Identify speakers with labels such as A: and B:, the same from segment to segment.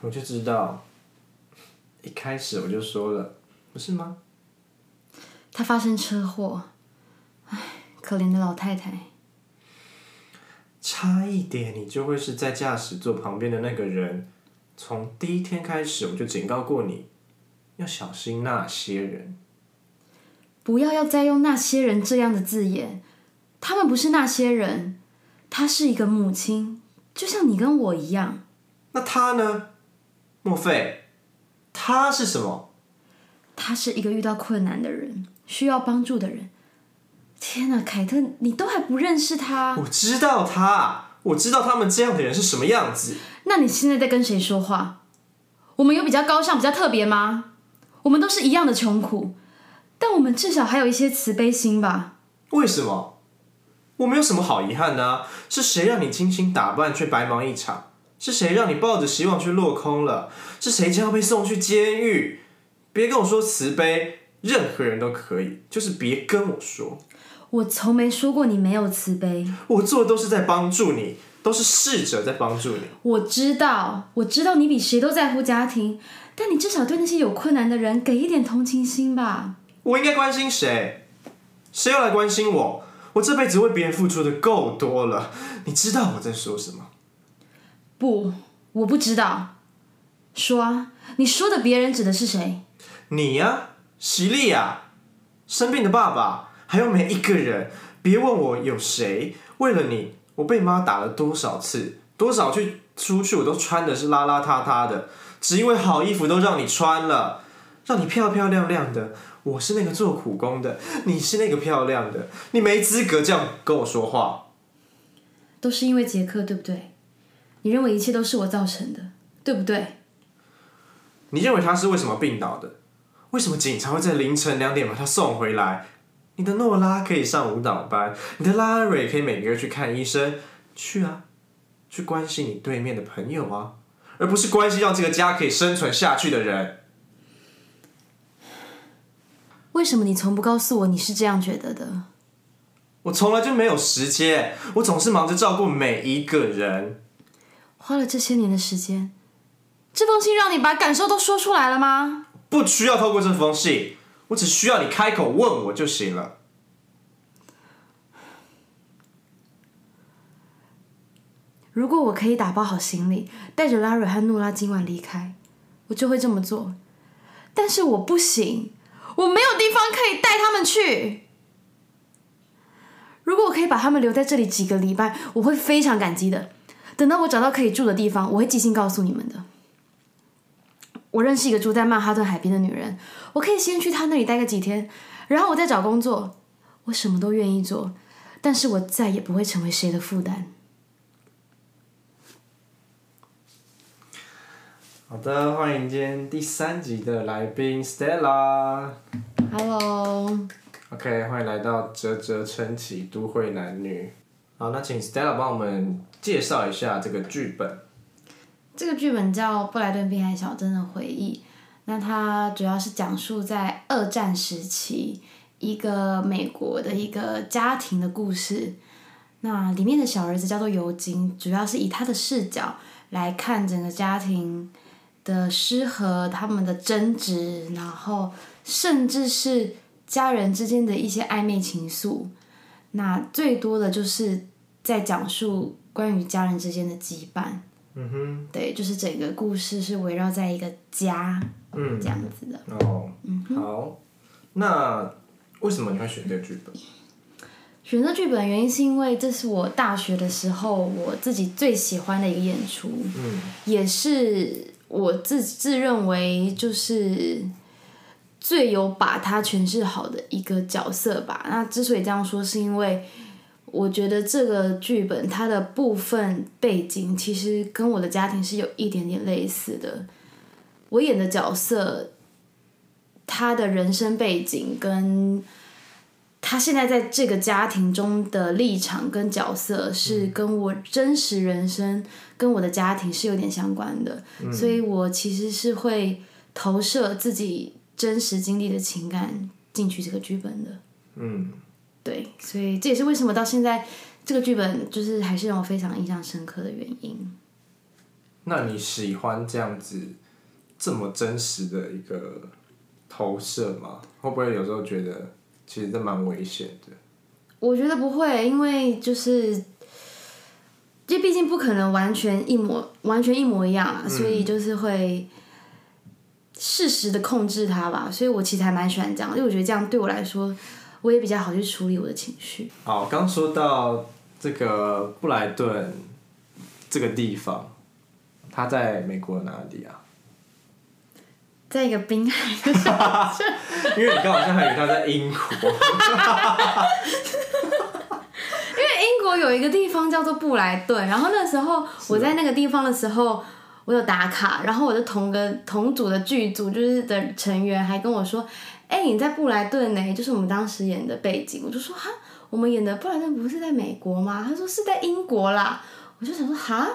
A: 我就知道，一开始我就说了，不是吗？
B: 他发生车祸，唉，可怜的老太太。
A: 差一点你就会是在驾驶座旁边的那个人。从第一天开始，我就警告过你，要小心那些人。
B: 不要要再用那些人这样的字眼，他们不是那些人，她是一个母亲，就像你跟我一样。
A: 那他呢？莫非他是什么？
B: 他是一个遇到困难的人，需要帮助的人。天哪，凯特，你都还不认识他？
A: 我知道他，我知道他们这样的人是什么样子。
B: 那你现在在跟谁说话？我们有比较高尚、比较特别吗？我们都是一样的穷苦，但我们至少还有一些慈悲心吧。
A: 为什么？我没有什么好遗憾的、啊。是谁让你精心打扮却白忙一场？是谁让你抱着希望却落空了？是谁将要被送去监狱？别跟我说慈悲，任何人都可以，就是别跟我说。
B: 我从没说过你没有慈悲，
A: 我做的都是在帮助你，都是试着在帮助你。
B: 我知道，我知道你比谁都在乎家庭，但你至少对那些有困难的人给一点同情心吧。
A: 我应该关心谁？谁要来关心我？我这辈子为别人付出的够多了，你知道我在说什么？
B: 不，我不知道。说啊，你说的别人指的是谁？
A: 你呀、席利呀、生病的爸爸，还有每一个人。别问我有谁，为了你，我被妈打了多少次，多少去出去我都穿的是邋邋遢遢的，只因为好衣服都让你穿了，让你漂漂亮亮的。我是那个做苦工的，你是那个漂亮的，你没资格这样跟我说话。
B: 都是因为杰克，对不对？你认为一切都是我造成的，对不对？
A: 你认为他是为什么病倒的？为什么警察会在凌晨两点把他送回来？你的诺拉可以上舞蹈班，你的拉瑞可以每个月去看医生，去啊，去关心你对面的朋友啊，而不是关心让这个家可以生存下去的人。
B: 为什么你从不告诉我你是这样觉得的？
A: 我从来就没有时间，我总是忙着照顾每一个人。
B: 花了这些年的时间，这封信让你把感受都说出来了吗？
A: 不需要透过这封信，我只需要你开口问我就行了。
B: 如果我可以打包好行李，带着拉瑞和诺拉今晚离开，我就会这么做。但是我不行，我没有地方可以带他们去。如果我可以把他们留在这里几个礼拜，我会非常感激的。等到我找到可以住的地方，我会寄信告诉你们的。我认识一个住在曼哈顿海边的女人，我可以先去她那里待个几天，然后我再找工作。我什么都愿意做，但是我再也不会成为谁的负担。
A: 好的，欢迎今天第三集的来宾 Stella。
B: Hello，
A: OK，欢迎来到哲哲撑起都会男女。好，那请 Stella 帮我们介绍一下这个剧本。
B: 这个剧本叫《布莱顿滨海小镇的回忆》，那它主要是讲述在二战时期一个美国的一个家庭的故事。那里面的小儿子叫做尤金，主要是以他的视角来看整个家庭的失和、他们的争执，然后甚至是家人之间的一些暧昧情愫。那最多的就是在讲述关于家人之间的羁绊。
A: 嗯哼，
B: 对，就是整个故事是围绕在一个家
A: 嗯
B: 这，样子的。
A: 哦，好，那为什么你会选这个剧本？
B: 选择剧本的原因是因为这是我大学的时候我自己最喜欢的一个演出，
A: 嗯
B: 也是我自自认为就是最有把它诠释好的一个角色吧。那之所以这样说，是因为我觉得这个剧本它的部分背景其实跟我的家庭是有一点点类似的。我演的角色，他的人生背景跟他现在在这个家庭中的立场跟角色，是跟我真实人生跟我的家庭是有点相关的，所以我其实是会投射自己真实经历的情感进去这个剧本的。
A: 嗯，
B: 对，所以这也是为什么到现在这个剧本就是还是让我非常印象深刻的原因。
A: 那你喜欢这样子这么真实的一个投射吗？会不会有时候觉得其实这蛮危险的？
B: 我觉得不会，因为就是，因为毕竟不可能完全一模完全一模一样啊，所以就是会适时的控制它吧。所以我其实还蛮喜欢这样，因为我觉得这样对我来说，我也比较好去处理我的情绪。
A: 好，刚说到这个布莱顿这个地方，它在美国哪里啊？
B: 在一个 滨海的
A: 因为你刚好像还以为它在英国。
B: 因为英国有一个地方叫做布莱顿，然后那时候我在那个地方的时候，我有打卡，然后我的同个同组的剧组就是的成员还跟我说：“哎、你在布莱顿呢、就是我们当时演的背景。”我就说：“哈，我们演的布莱顿不是在美国吗？”他说：“是在英国啦。”我就想说：“哈，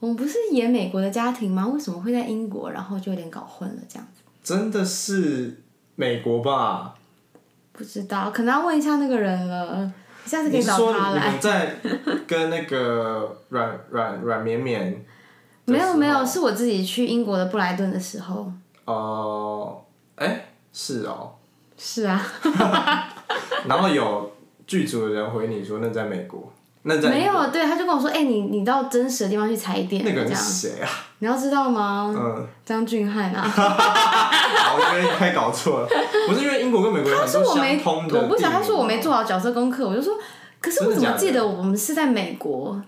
B: 我们不是演美国的家庭吗？为什么会在英国？”然后就有点搞混了，这样
A: 真的是美国吧？
B: 不知道，可能要问一下那个人了。 你下次可
A: 你
B: 以
A: 是
B: 找
A: 说
B: 他
A: 你
B: 来。
A: 们在跟那个软软软绵绵？
B: 没有没
A: 有。
B: 有，是我自己去英国的布莱顿的时候。
A: 哦、哎、是哦。
B: 是啊。
A: 然后有剧组的人回你说那在美国，那在
B: 没有，对，他就跟我说，哎、你你到真实的地方去踩点，
A: 那个
B: 这
A: 人
B: 样，
A: 是谁啊？
B: 你要知道吗？
A: 嗯，
B: 张俊翰 啊，
A: 好我觉得应该搞错了，不是因为英国跟美国有
B: 他
A: 很
B: 说
A: 多
B: 我没
A: 相，通的地
B: 我不想，他说我
A: 名
B: 没做好角色功课，我就说，可是我怎
A: 真的
B: 么
A: 假的
B: 记得我们是在美国？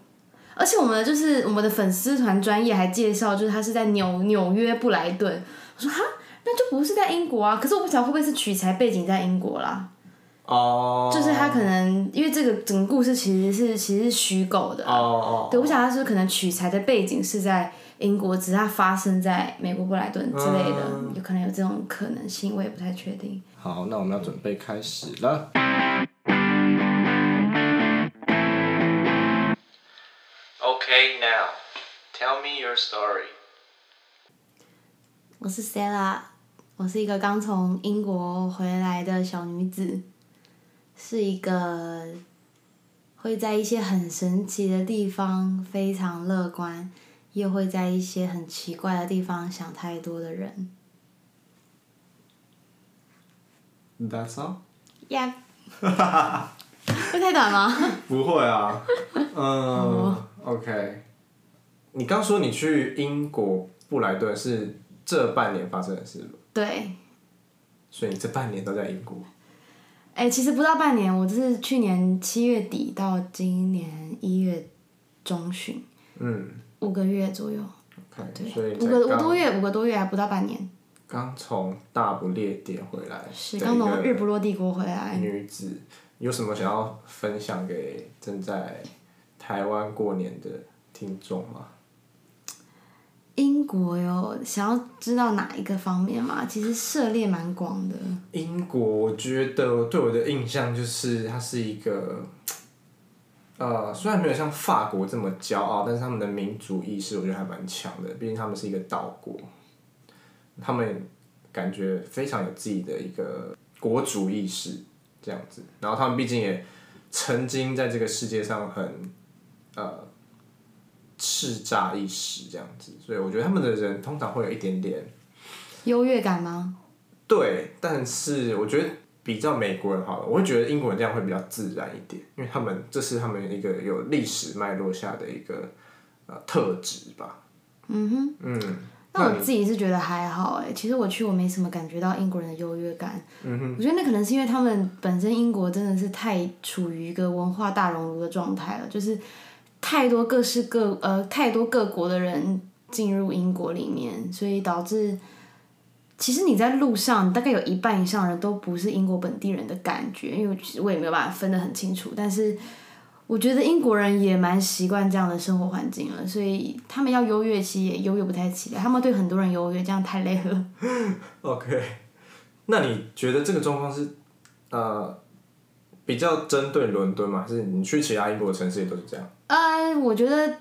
B: 而且我们的就是我们的粉丝团专业还介绍，就是他是在纽纽约布莱顿。我说哈，那就不是在英国啊。可是我不晓得会不会是取材背景在英国啦，
A: 哦，
B: 就是他可能因为这个整个故事其实是其实是虚构的，
A: 哦哦，
B: 对，我想他是可能取材的背景是在英国，只是它发生在美国布莱顿之类的，
A: 嗯
B: 有可能有这种可能性，我也不太确定。
A: 好，那我们要准备开始了。Okay, now tell me your story.
B: 我是 Stella，我是一个刚从英国回来的小女子，是一个会在一些很神奇的地方非常乐观，又会在一些很奇怪的地方想太多的人。
A: That's all.
B: 呀、会太短吗？
A: 不会啊，嗯，OK。你刚说你去英国布莱顿是这半年发生的事吗，
B: 对，
A: 所以你这半年都在英国。
B: 哎、其实不到半年，我就是去年七月底到今年一月中旬，
A: 嗯
B: 五个月左右，
A: ，OK，
B: 对
A: 所以，才
B: 五个五个
A: 刚
B: 多月，五个多月还啊不到半年，
A: 刚从大不列颠回来
B: 是
A: 的
B: 刚
A: 一
B: 从
A: 个嗯
B: 日不落帝国回来。
A: 女子，有什么想要分享给正在台湾过年的听众吗？
B: 英国哟，想要知道哪一个方面嘛？其实涉猎蛮广的，
A: 英国，我觉得对我的印象就是它是一个，呃，虽然没有像法国这么骄傲，但是他们的民族意识我觉得还蛮强的，毕竟他们是一个岛国，他们感觉非常有自己的一个国族意识这样子，然后他们毕竟也曾经在这个世界上很，呃。叱咤一时这样子，所以我觉得他们的人通常会有一点点
B: 优越感吗？
A: 对，但是我觉得比较美国人好了，我会觉得英国人这样会比较自然一点，因为他们这是他们一个有历史脉络下的一个呃特质吧。嗯哼，嗯，
B: 那我自己是觉得还好哎、其实我去我没什么感觉到英国人的优越感，我觉得那可能是因为他们本身英国真的是太处于一个文化大熔炉的状态了，就是太多各式各呃太多各国的人进入英国里面，所以导致其实你在路上大概有一半以上的人都不是英国本地人的感觉，因为其实我也没有办法分得很清楚，但是。我觉得英国人也蛮习惯这样的生活环境了，所以他们要优越，其实也优越不太起来。他们对很多人优越，这样太累了。
A: OK，那你觉得这个状况是呃比较针对伦敦吗？还是你去其他英国城市也都是这样？
B: 呃，我觉得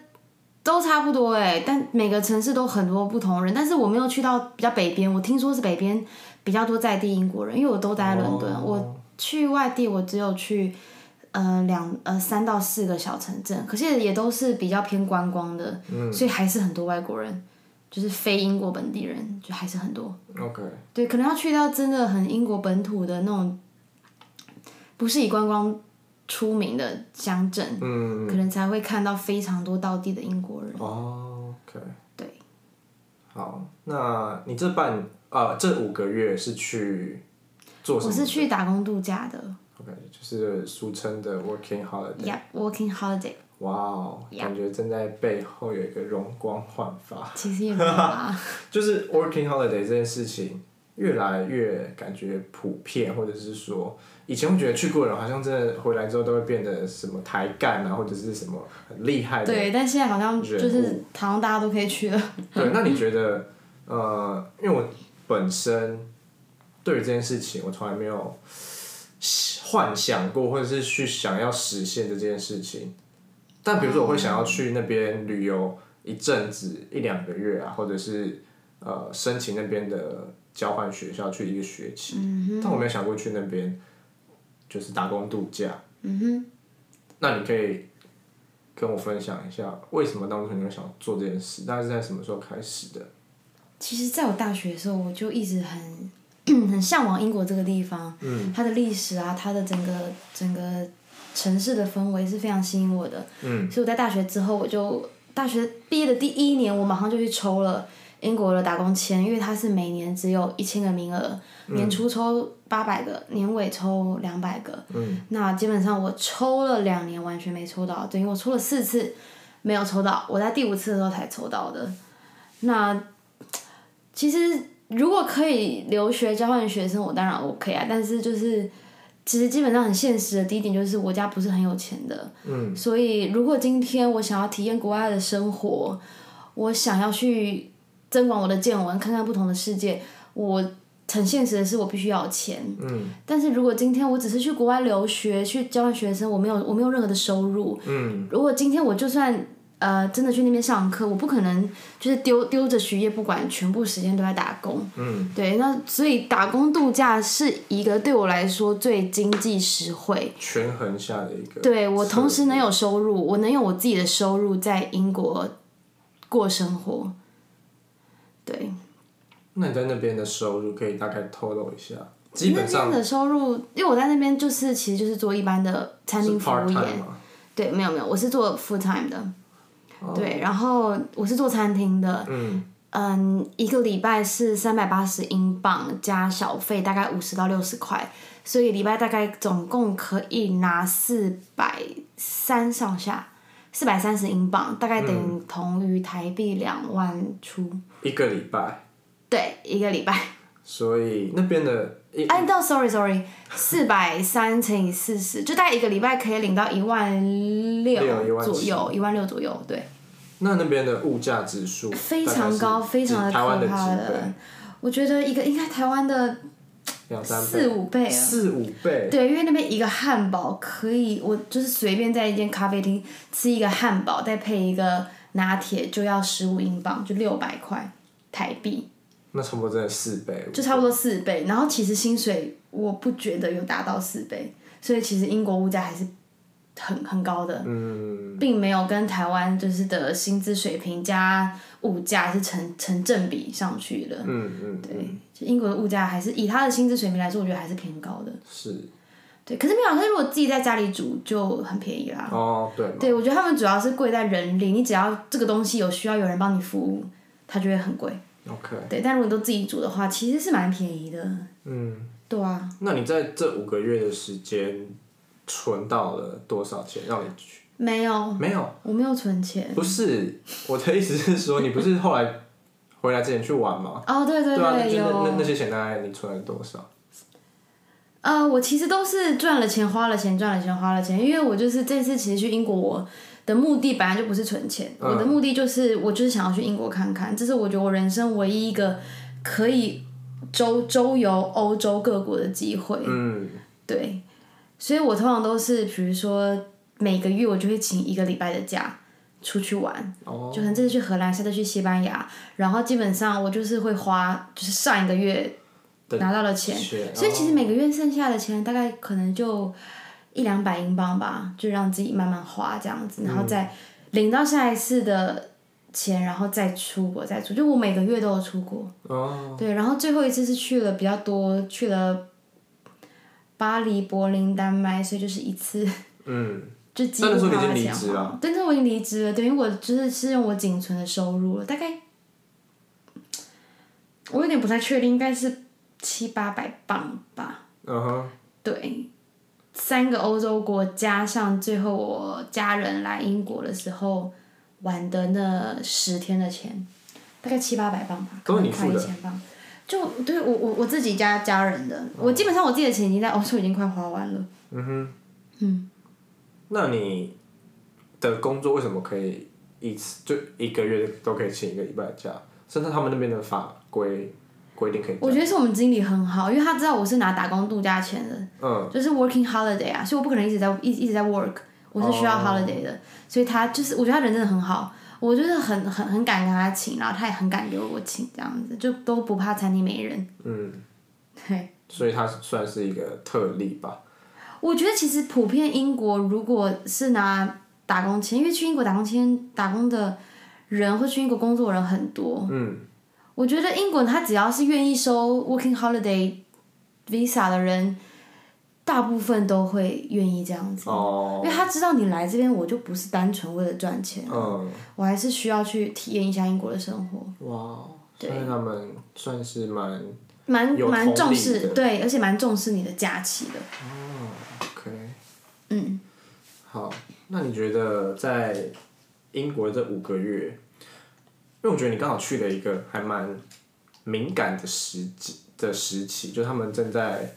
B: 都差不多哎、但每个城市都很多不同人。但是我没有去到比较北边，我听说是北边比较多在地英国人，因为我都待在伦敦。
A: 哦
B: 我去外地，我只有去呃两呃三到四个小城镇，可是也都是比较偏观光的，所以还是很多外国人，就是非英国本地人，就还是很多。
A: OK，
B: 对，可能要去到真的很英国本土的那种，不是以观光出名的乡镇，
A: 嗯，
B: 可能才会看到非常多道地的英国人。
A: 哦，OK，
B: 对，
A: 好，那你这半呃这五个月是去做什
B: 我
A: 么
B: 是去打工度假的
A: ？OK，就是俗称的 working holiday。
B: ，Yeah，working holiday，
A: 哇哦，感觉正在背后有一个容光焕发。
B: 其实也没 有啦，
A: 就是 working holiday 这件事情越来越感觉普遍，或者是说，以前我觉得去过的人好像真的回来之后都会变得什么抬干啊，或者是什么很厉害的。
B: 对，但现在好像就
A: 人
B: 是好像大家都可以去了。
A: 对，那你觉得，呃，因为我本身对于这件事情，我从来没有幻想过，或者是去想要实现的这件事情。但比如说，我会想要去那边旅游一阵子，一两个月啊，或者是呃申请那边的交换学校去一个学期。
B: 嗯
A: 但我没有想过去那边就是打工度假。
B: 嗯哼，
A: 那你可以跟我分享一下，为什么当初你会想做这件事？大概是在什么时候开始的？
B: 其实在我大学的时候，我就一直很很 向往英国这个地方，嗯、它的历史啊，它的整个整个城市的氛围是非常吸引我的。
A: 嗯，
B: 所以我在大学之后，我就大学毕业的第一年，我马上就去抽了英国的打工签，因为它是每年只有一千个名额，
A: 嗯
B: 年初抽八百个，年尾抽两百个。
A: 嗯，
B: 那基本上我抽了两年，完全没抽到，等于我抽了四次没有抽到，我在第五次的时候才抽到的。那其实如果可以留学交换学生，我当然 OK 啊，但是就是。其实基本上很现实的第一点就是我家不是很有钱的，所以，如果今天我想要体验国外的生活，我想要去增广我的见闻，看看不同的世界，我很现实的是，我必须要有钱。嗯。但是如果今天我只是去国外留学、去交换学生，我没有我没有任何的收入。嗯。如果今天我就算呃真的去那边上课，我不可能就是丢丢着学业不管，全部时间都在打工。嗯。对，那所以打工度假是一个对我来说最经济实惠。
A: 权衡下的一个。
B: 对我同时能有收入，我能有我自己的收入在英国过生活。对，
A: 那你在那边的收入可以大概透露一下？基
B: 那
A: 本上
B: 边的收入，因为我在那边就是其实就是做一般的餐
A: 是
B: 厅服
A: part
B: 务业，
A: time 吗？
B: 对，没有没有，我是做 full time 的，
A: 哦
B: 对，然后我是做餐厅的，嗯一个礼拜是三百八十英镑加小费，大概五十到六十块，所以礼拜大概总共可以拿四百三上下，四百三十英镑，大概
A: 嗯
B: 等同于台币两万出，
A: 一个礼拜，
B: 对，一个礼拜。
A: 所以那边的一
B: 哎，到 sorry sorry，四百三乘以四十，就大概一个礼拜可以领到一万
A: 六一万七
B: 左右，一万六左右，对，
A: 那那边的物价指数
B: 非
A: 大概
B: 常
A: 是
B: 高，非常
A: 几
B: 的
A: 台湾
B: 可
A: 的
B: 怕
A: 几倍
B: 的，。我觉得一个应该台湾的
A: 两三
B: 四
A: 倍，
B: 五倍啊，
A: 四五倍，
B: 对，因为那边一个汉堡可以，我就是随便在一间咖啡厅吃一个汉堡，再配一个拿铁就要十五英镑，就六百块台币，
A: 那差不多真的四倍。
B: 就差不多四倍。然后其实薪水我不觉得有达到四倍，所以其实英国物价还是很很高的，
A: 嗯，
B: 并没有跟台湾就是的薪资水平加物价是成成正比上去的。
A: 嗯嗯，
B: 对，就英国的物价还是以它的薪资水平来说，我觉得还是偏高的。
A: 是
B: 对，可是没有，啊可是如果自己在家里煮就很便宜啦。
A: 哦，对嘛，
B: 啊对，我觉得他们主要是贵在人力，你只要这个东西有需要有人帮你服务，它就会很贵。
A: ，OK，
B: 对，但如果你都自己煮的话，其实是蛮便宜的。
A: 嗯，
B: 对啊，
A: 那你在这五个月的时间存到了多少钱？让你去
B: 没有，
A: 没有？
B: 我没有存钱。
A: 不是，我的意思是说，你不是后来 回来之前去玩吗？
B: 哦，对对
A: 啊，那就那那那
B: 有。
A: 些钱大概你存了多少？
B: 呃，我其实都是赚了钱花了钱，赚了钱花了钱，因为我就是这次其实去英国，我的目的本来就不是存钱，我的目的就是我就是想要去英国看看，这是我觉得我人生唯一一个可以周周游欧洲各国的机会。
A: 嗯，
B: 对，所以我通常都是，比如说每个月我就会请一个礼拜的假出去玩，
A: 哦，
B: 就可能这次去荷兰，下次去西班牙，然后基本上我就是会花，就是上一个月拿到了钱，
A: 钱哦
B: 所以其实每个月剩下的钱大概可能就。一两百英镑吧，就让自己慢慢花这样子，然
A: 嗯
B: 后再领到下一次的钱，然后再出国再出。就我每个月都有出国，
A: 哦，
B: 对，然后最后一次是去了比较多，去了巴黎、柏林、丹麦，所以就是一次
A: 嗯，
B: 就几
A: 那
B: 乎
A: 那时候你
B: 花
A: 已经
B: 了
A: 离
B: 钱
A: 职
B: 花
A: 了。
B: 但是我已经离职了，等于我就是是用我仅存的收入了，大概我有点不太确定，应该是七八百镑吧。
A: 嗯哼，
B: 对，三个欧洲国加上最后我家人来英国的时候玩的那十天的钱，大概七八百镑吧，可
A: 都是
B: 能
A: 你
B: 快
A: 付
B: 一
A: 的
B: 千镑。就对我我我自己家家人的，
A: 哦
B: 我基本上我自己的钱已经在欧洲已经快花完了。
A: 嗯哼，
B: 嗯
A: 那你的工作为什么可以一次就一个月都可以请一个礼拜的假？甚至他们那边的法规规定可以这
B: 我
A: 样。
B: 觉得是我们经理很好，因为他知道我是拿打工度假钱的，
A: 嗯，
B: 就是 working holiday 啊，所以我不可能一直在一一直在 work，我是需要
A: 哦
B: holiday 的所以他就是我觉得他人真的很好，我就是很很很敢跟他请，然后他也很敢给我请，这样子就都不怕餐厅没人。
A: 嗯，
B: 对，
A: 所以它算是一个特例吧。
B: 我觉得其实普遍英国如果是拿打工签，因为去英国打工签打工的人或去英国工作的人很多，
A: 嗯，
B: 我觉得英国他只要是愿意收 working holiday visa 的人，大部分都会愿意这样子。
A: 哦，
B: 因为他知道你来这边，我就不是单纯为了赚钱，
A: 嗯，
B: 我还是需要去体验一下英国的生活，
A: 哇，哦所
B: 对
A: 以他们算是蛮
B: 蛮
A: 有同
B: 蛮
A: 理
B: 重
A: 的
B: 视，对，而且蛮重视你的假期的。
A: OK。
B: 嗯，
A: 好，那你觉得在英国这五个月，因为我觉得你刚好去了一个还蛮敏感的时期的时期，就是他们正在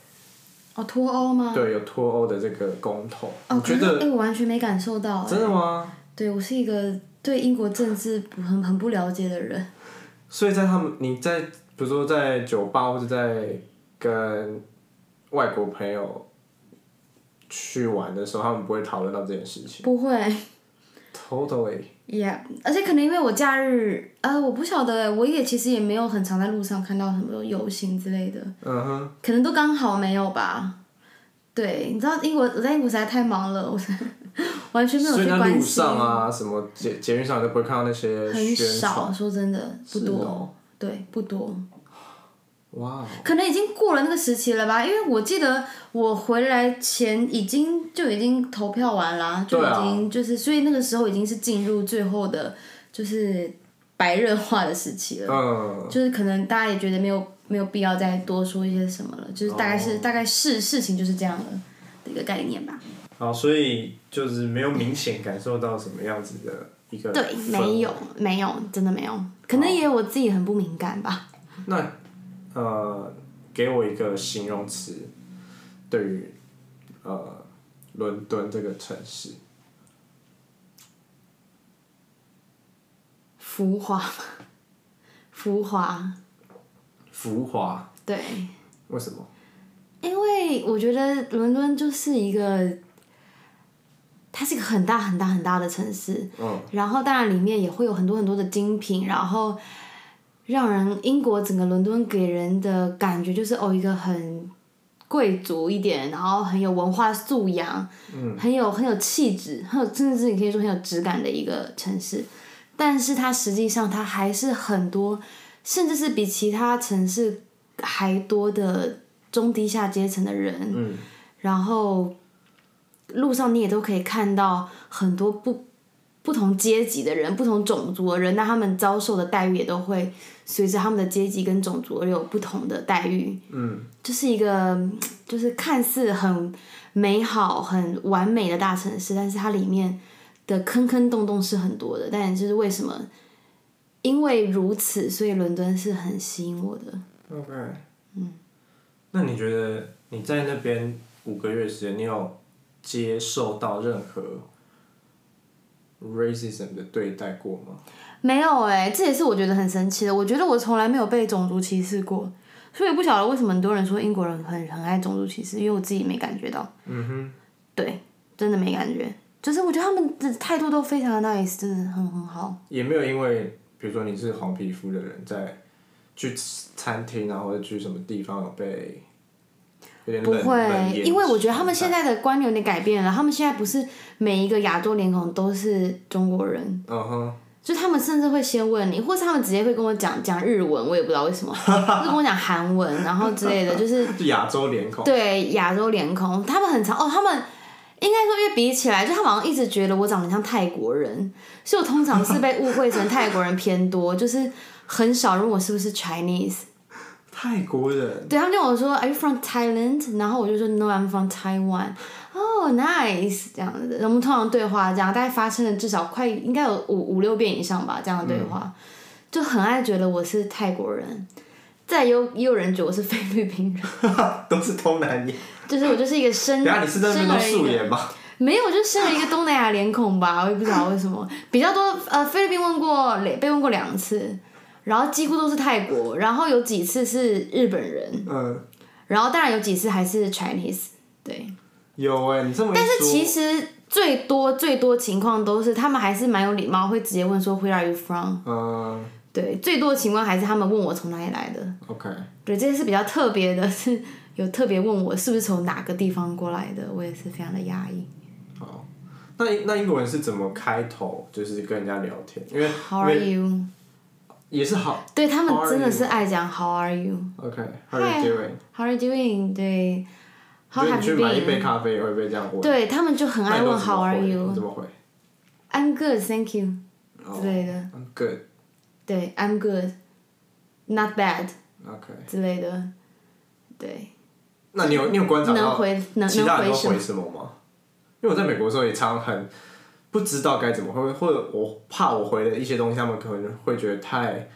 B: 哦，脱欧吗？
A: 对有脱欧的这个公投，
B: 哦，
A: 你觉
B: 可是
A: 得
B: 哎、我完全没感受到、
A: 真
B: 哎，
A: 的吗？
B: 对我是一个对英国政治不很很不了解的人。
A: 所以在他们你在比如说在酒吧或者在跟外国朋友去玩的时候，他们不会讨论到这件事情
B: 不会
A: ，totally，
B: ，Yeah，而且可能因为我假日，呃，我不晓得，我也其实也没有很常在路上看到很多游行之类的。
A: 嗯哼。
B: 可能都刚好没有吧。对，你知道英国，我在英国实在太忙了，我完全没有
A: 所以
B: 去
A: 在
B: 关
A: 路
B: 心，
A: 上啊，什么捷捷运上都不会看到那些宣
B: 很
A: 传，
B: 少，说真的不
A: 是
B: 多，
A: 哦
B: 对，不多，
A: 哇，
B: 可能已经过了那个时期了吧？因为我记得我回来前已经就已经投票完啦，就
A: 对
B: 已
A: 啊
B: 经、就是，所以那个时候已经是进入最后的，就是白热化的时期了。
A: 嗯，
B: 就是可能大家也觉得没有没有必要再多说一些什么了，就是大概是、大概是事情就是这样了的一个概念吧。
A: 好，所以就是没有明显感受到什么样子的一个
B: 对，没有没有，真的没有，可能也有我自己很不敏感吧。
A: 那呃，给我一个形容词，对于呃伦敦这个城市，
B: 浮华 吧，浮华，
A: 浮华，
B: 对，
A: 为什么？
B: 因为我觉得伦敦就是一个，它是一个很大很大很大的城市，
A: 嗯
B: 然后当然里面也会有很多很多的精品，然后让人英国整个伦敦给人的感觉就是哦一个很贵族一点，然后很有文化素养，
A: 嗯
B: 很有很有气质，很有甚至你可以说很有质感的一个城市，但是它实际上它还是很多，甚至是比其他城市还多的中低下阶层的人，
A: 嗯，
B: 然后路上你也都可以看到很多不不同阶级的人、不同种族的人，那他们遭受的待遇也都会随着他们的阶级跟种族而有不同的待遇。
A: 嗯，
B: 就是一个嗯就是看似很美好、很完美的大城市，但是它里面的坑坑洞洞是很多的。但也就是为什么？因为如此，所以伦敦是很吸引我的。
A: OK，嗯，那你觉得你在那边五个月时间，你有接受到任何 racism 的对待过吗？
B: 没有哎、这也是我觉得很神奇的。我觉得我从来没有被种族歧视过，所以不晓得为什么很多人说英国人很很爱种族歧视，因为我自己没感觉到。
A: 嗯哼，
B: 对，真的没感觉。就是我觉得他们的态度都非常的 nice，真的很很好。
A: 也没有因为，比如说你是黄皮肤的人，在去餐厅啊或者去什么地方有被有点
B: 不
A: 冷冷
B: 会，
A: 眼
B: 因为我觉得他们现在的观念有点改变了，他们现在不是每一个亚洲脸孔都是中国人，
A: 嗯哼，
B: 就他们甚至会先问你，或是他们直接会跟我讲讲日文，我也不知道为 什么，会跟我讲韩文，然后之类的，就是
A: 就亚洲脸孔，
B: 对亚洲脸孔，他们很常哦，他们应该说，因为比起来，就他们好像一直觉得我长得像泰国人，所以我通常是被误会成泰国人偏多，就是很少人问我是不是 Chinese。
A: 泰国人，
B: 对他们就问我说 Are you from Thailand？然后我就说 No, I'm from Taiwan。哦、oh,，nice，这样子，我们通常对话这样，大概发生了至少快应该有五五六遍以上吧，这样的对
A: 嗯
B: 话，就很爱觉得我是泰国人，再有也有人觉得我是菲律宾人，
A: 都是东南亚。
B: 就是我就是一个生，
A: 等一下你是在那边
B: 生
A: 都
B: 而嗯一
A: 素
B: 个
A: 颜吧？
B: 没有，我就生了一个东南亚脸孔吧，我 也不知道为什么。比较多呃，菲律宾问过，被问过两次，然后几乎都是泰国，然后有几次是日本人，
A: 嗯，
B: 然后当然有几次还是 Chinese。对，
A: 有哎、你这么一
B: 但是
A: 说
B: 其实最多最多情况都是他们还是蛮有礼貌，会直接问说 Where are you from？
A: 嗯
B: 对，最多的情况还是他们问我从哪里来的。
A: ，OK，
B: 对，这些是比较特别的，是有特别问我是不是从哪个地方过来的，我也是非常的压抑。
A: 好。哦那那英国人是怎么开头，就是跟人家聊天？因为因
B: How are
A: 为
B: you？
A: 也是好
B: 对他们
A: How are
B: 真的是爱讲 How are you?
A: ，OK，How、are you doing？
B: How are you doing? 对，How
A: 就是
B: have
A: 你
B: you
A: 去买一杯
B: been?
A: 咖啡也会被这样问，
B: 对他们就很
A: 那
B: 爱
A: 你都
B: 问
A: 怎么
B: How are
A: 回
B: you?
A: 你怎么回？
B: I'm good, thank you
A: 哦
B: 之类的。
A: I'm good，OK，、
B: 对，I'm good, not bad 之类的。对，
A: 那你有你有观察
B: 能
A: 到
B: 回能
A: 其
B: 能
A: 他人
B: 回
A: 都
B: 什
A: 回
B: 么？
A: 什么吗？因为我在美国的时候也常常很不知道该怎么回，或者我怕我回的一些东西，他们可能会觉得太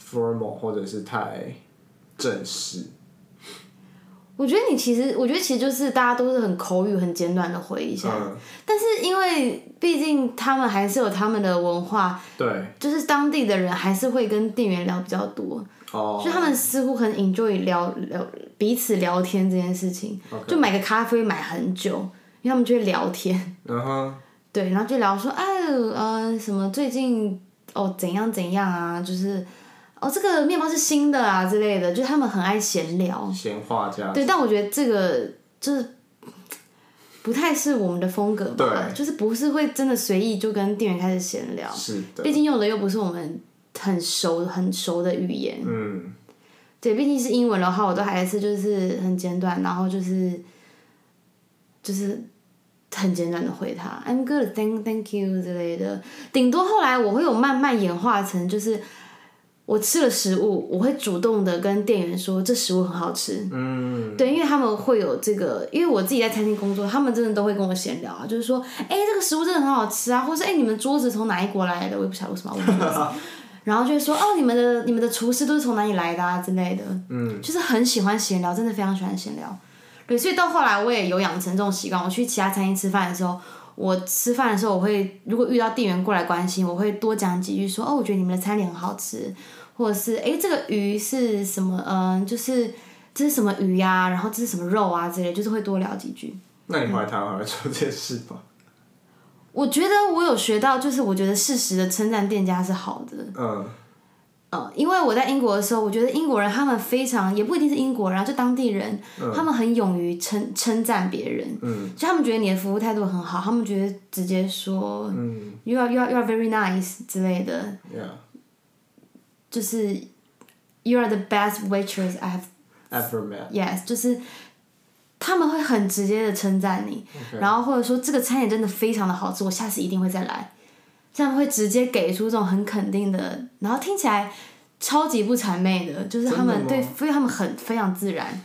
A: formal 或者是太正式。
B: 我觉得你其实，我觉得其实就是大家都是很口语、很简短的回一下，
A: 嗯，
B: 但是因为毕竟他们还是有他们的文化，
A: 对，
B: 就是当地的人还是会跟店员聊比较多。
A: 哦
B: 所以他们似乎很 enjoy 聊聊彼此聊天这件事情
A: OK
B: 就买个咖啡买很久，因为他们就会聊天，
A: 然后
B: 对，然后就聊说，哎，呃，什么最近哦怎样怎样啊，就是哦这个面包是新的啊之类的，就他们很爱闲聊，
A: 闲话这样，
B: 哦对，但我觉得这个就是。不太是我们的风格吧，
A: 对
B: 就是不是会真的随意就跟店员开始闲聊，
A: 是的，
B: 毕竟用的又不是我们很熟很熟的语言，
A: 嗯，
B: 对，毕竟是英文的话，我都还是就是很简短，然后就是就是很简短的回他 I'm good, thank thank you 之类的。顶多后来我会有慢慢演化成就是我吃了食物，我会主动的跟店员说这食物很好吃。嗯，对，因为他们会有这个，因为我自己在餐厅工作，他们真的都会跟我闲聊啊，就是说，哎、这个食物真的很好吃啊，或是哎、你们桌子从哪一国来的？我也不晓得为什么要问桌子。然后就会说哦，你们的你们的厨师都是从哪里来的啊之类的，嗯，就是很喜欢闲聊，真的非常喜欢闲聊，对，所以到后来我也有养成这种习惯。我去其他餐厅吃饭的时候，我吃饭的时候，我会如果遇到店员过来关心，我会多讲几句说哦，我觉得你们的餐点很好吃，或者是诶，这个鱼是什么？嗯、就是这是什么鱼呀、然后这是什么肉啊之类，就是会多聊几句。
A: 那你回来台湾还会做这件事吧？
B: 我觉得我有学到，就是我觉得适时的称赞店家是好的，
A: 嗯，
B: 嗯，因为我在英国的时候，我觉得英国人他们非常，也不一定是英国人啊，就当地人，他们很勇于称称赞别人，嗯，就他们觉得你的服务态度很好，他们觉得直接说，嗯，you are you are you are very nice 之类的，就是 you are the best waitress I have
A: ，Yeah，ever met，
B: Yes，就是他们会很直接的称赞你然后或者说这个餐点真的非常的好吃，我下次一定会再来。这样会直接给出这种很肯定的，然后听起来超级不谄媚的，就是他
A: 真的
B: 们
A: 吗
B: 对，所以他们很非常自然。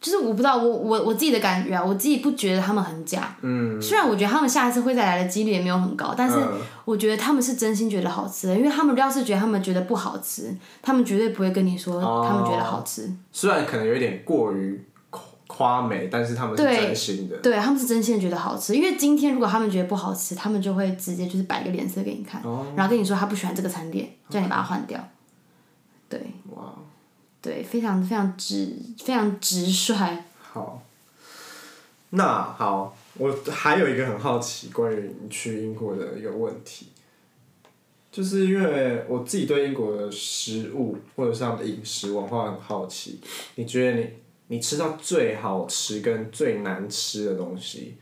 B: 就是我不知道，我我我自己的感觉啊，我自己不觉得他们很假。嗯，虽然我觉得他们下一次会再来的几率也没有很高，但是
A: 嗯
B: 我觉得他们是真心觉得好吃的，因为他们要是觉得他们觉得不好吃，他们绝对不会跟你说
A: 哦
B: 他们觉得好吃。
A: 虽然可能有一点过于夸夸美，但是他们是
B: 对
A: 真心的。
B: 对他们是真心地觉得好吃，因为今天如果他们觉得不好吃，他们就会直接就是摆个脸色给你看，
A: 哦
B: 然后跟你说他不喜欢这个餐点，叫你把它换掉。对
A: 哇，
B: 对，非常非常直，非常直率。
A: 好，那好，我还有一个很好奇关于你去英国的一个问题，就是因为我自己对英国的食物或者是他们的饮食文化很好奇。你觉得你你吃到最好吃跟最难吃的东西，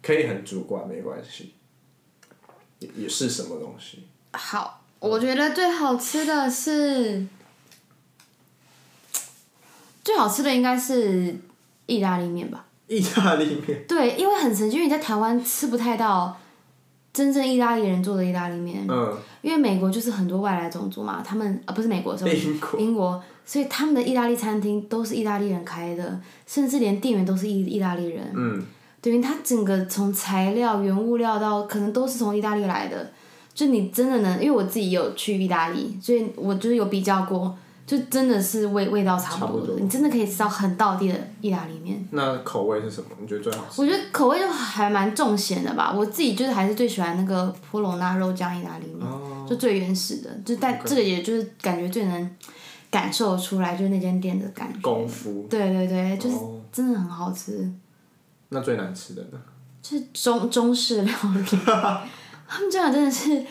A: 可以很主观，没关系。也也是什么东西？
B: 好，我觉得最好吃的是，最好吃的应该是意大利面吧？
A: 意大利面，
B: 对，因为很神奇，因为你在台湾吃不太到真正意大利人做的意大利面，
A: 嗯，
B: 因为美国就是很多外来种族嘛，他们啊不是美国，是
A: 英国
B: 英国，所以他们的意大利餐厅都是意大利人开的，甚至连店员都是意意大利人。
A: 嗯，
B: 等于它整个从材料、原物料到可能都是从意大利来的，就你真的能，因为我自己有去意大利，所以我就是有比较过，就真的是味味道
A: 差
B: 差不多的，
A: 不多
B: 你真的可以吃到很道地的意大利面。
A: 那口味是什么？你觉得最好吃？
B: 我觉得口味就还蛮重咸的吧，我自己就是还是最喜欢那个普罗纳肉酱意大利面，
A: 哦
B: 就最原始的，就但这个也就是感觉最能感受出来，就是那间店的感觉。
A: 功夫。
B: 对对对，就是
A: 哦
B: 真的很好吃。
A: 那最难吃的呢？
B: 就是中中式料 理，他们这样真的是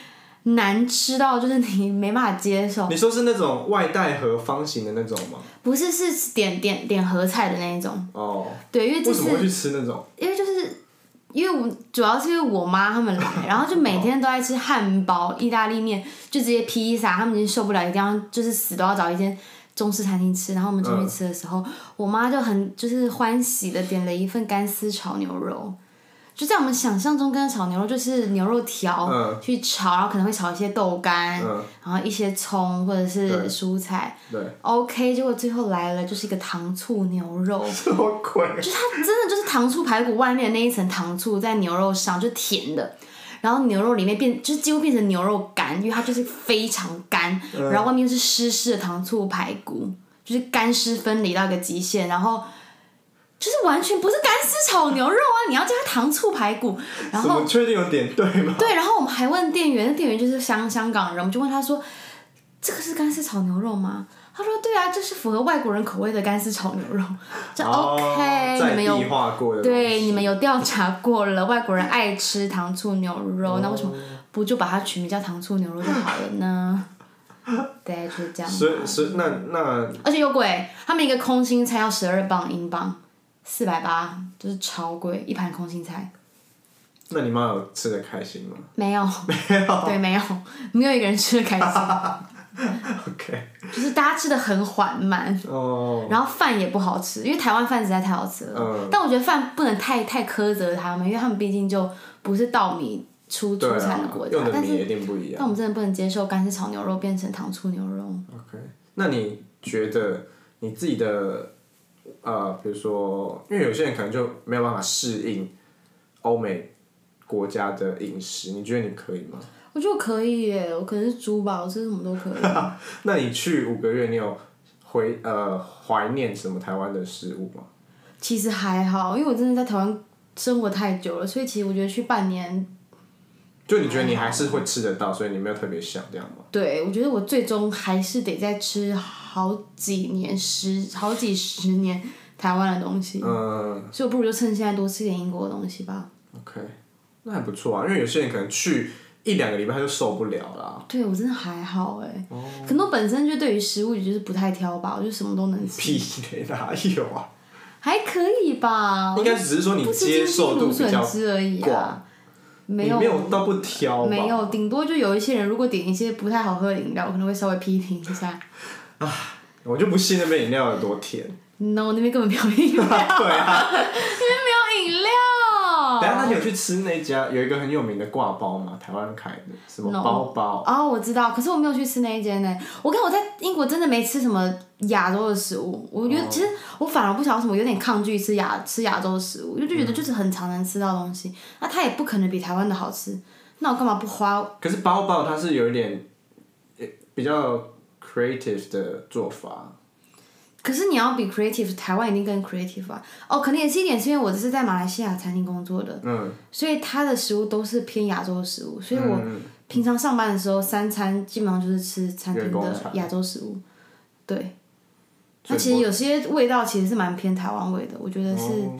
B: 难吃到就是你没办法接受，
A: 你说是那种外带盒方形的那种吗？
B: 不是是点点点合菜的那一种，
A: 哦，
B: 对，嗯因为
A: 为
B: 这
A: 什么会
B: 是
A: 去吃那种？
B: 因为就是因为我主要是因为我妈他们来，然后就每天都在吃 汉堡、意大利面，就直接披萨，他们已经受不了，一定要就是死都要找一间。中式餐厅吃，然后我们进去吃的时候，我妈就很就是欢喜的点了一份干丝炒牛肉，就在我们想象中，干丝炒牛肉就是牛肉条、
A: 嗯
B: 去炒，然后可能会炒一些豆干，
A: 嗯，
B: 然后一些葱或者
A: 对
B: 是蔬菜。
A: 对，
B: OK，结果最后来了就是一个糖醋牛肉，
A: 什么鬼？
B: 就是它真的就是糖醋排骨外面那一层糖醋在牛肉上，就甜的。然后牛肉里面变，就是几乎变成牛肉干，因为它就是非常干，
A: 嗯
B: 然后外面又是湿湿的糖醋排骨，就是干湿分离到一个极限，然后就是完全不是干丝炒牛肉啊，你要加糖醋排骨，然
A: 什
B: 后
A: 么确定有点对吗？
B: 对，然后我们还问店员，店员就是香香港人，我们就问他说：“这个是干丝炒牛肉吗？”他说：“对啊，这是符合外国人口味的干丝炒牛肉。”这
A: 哦
B: OK，、
A: 在
B: 你们
A: 地
B: 有
A: 化过的东西，
B: 对你们有调查过了， 外国人爱吃糖醋牛
A: 哦
B: 肉，那为什么不就把它取名叫糖醋牛肉就好了 呢？对，就是这样吧。
A: 所以所以那那
B: 而且有鬼，他们一个空心菜要十二磅英镑，四百八，就是超贵，一盘空心菜。
A: 那你妈有吃的开心吗
B: 没有，没有，对，没有，没有一个人吃的开心，
A: ？OK，
B: 就是大家吃的很缓慢，
A: 哦，
B: 然后饭也不好吃，因为台湾饭实在太好吃了。
A: 嗯
B: 但我觉得饭不能太太苛责他们，因为他们毕竟就不是稻米出
A: 对
B: 出产的
A: 啊
B: 国，家，
A: 用的
B: 但
A: 米
B: 是
A: 一定不一
B: 但
A: 样。
B: 我们真的不能接受干式炒牛肉变成糖醋牛肉。
A: OK，那你觉得你自己的呃，比如说，因为有些人可能就没有办法适应欧美国家的饮食，你觉得你可以吗？
B: 我觉得我可以耶，我可能是猪吧，我吃什么都可以。
A: 那你去五个月，你有回呃怀念什么台湾的食物吗？
B: 其实还好，因为我真的在台湾生活太久了，所以其实我觉得去半年
A: 就你觉得你还是会吃得到，所以你没有特别想这样
B: 嗯
A: 吗？
B: 对，我觉得我最终还是得再吃好几年、十好几十年台湾的东西，
A: 嗯
B: 所以我不如就趁现在多吃点英国的东西吧。
A: ，OK，那还不错啊，因为有些人可能去一两个礼拜他就受不了啦。
B: 对我真的还好哎、可能我本身就对于食物就是不太挑吧，我就什么都能吃，
A: 屁嘞，哪有啊？
B: 还可以吧。
A: 应该只是说你
B: 不吃
A: 接
B: 金针
A: 受
B: 芦
A: 度比
B: 笋
A: 较
B: 汁而已啊
A: 广，
B: 没
A: 你
B: 有
A: 没有到不挑吧？
B: 没有，顶多就有一些人如果点一些不太好喝的饮料，我可能会稍微批评一下。
A: 我就不信那杯饮料有多甜。
B: No，那边根本没有饮料，
A: 对啊，
B: 没有饮料。
A: 等一下他有去吃那家有一个很有名的挂包嘛，台湾开的什么
B: No
A: 包包，
B: 哦，我知道，可是我没有去吃那一间呢。我看我在英国真的没吃什么亚洲的食物，我
A: 哦
B: 觉得其实我反而不晓得为什么，有点抗拒吃亚吃亚洲的食物，就就觉得就是很常能吃到的东西，那它也不可能比台湾的好吃，那我干嘛不花？
A: 可是包包它是有一点呃比较 creative 的做法，
B: 可是你要比 creative，台湾一定更 creative 啊。哦，可能也是一点是因为我这是在马来西亚餐厅工作的，
A: 嗯，
B: 所以它的食物都是偏亚洲的食物，所以我
A: 嗯
B: 平常上班的时候三餐基本上就是吃餐厅
A: 员工餐
B: 的亚洲食物，对。
A: 所
B: 那
A: 以
B: 其实有些味道其实是蛮偏台湾味的，我觉得是，
A: 哦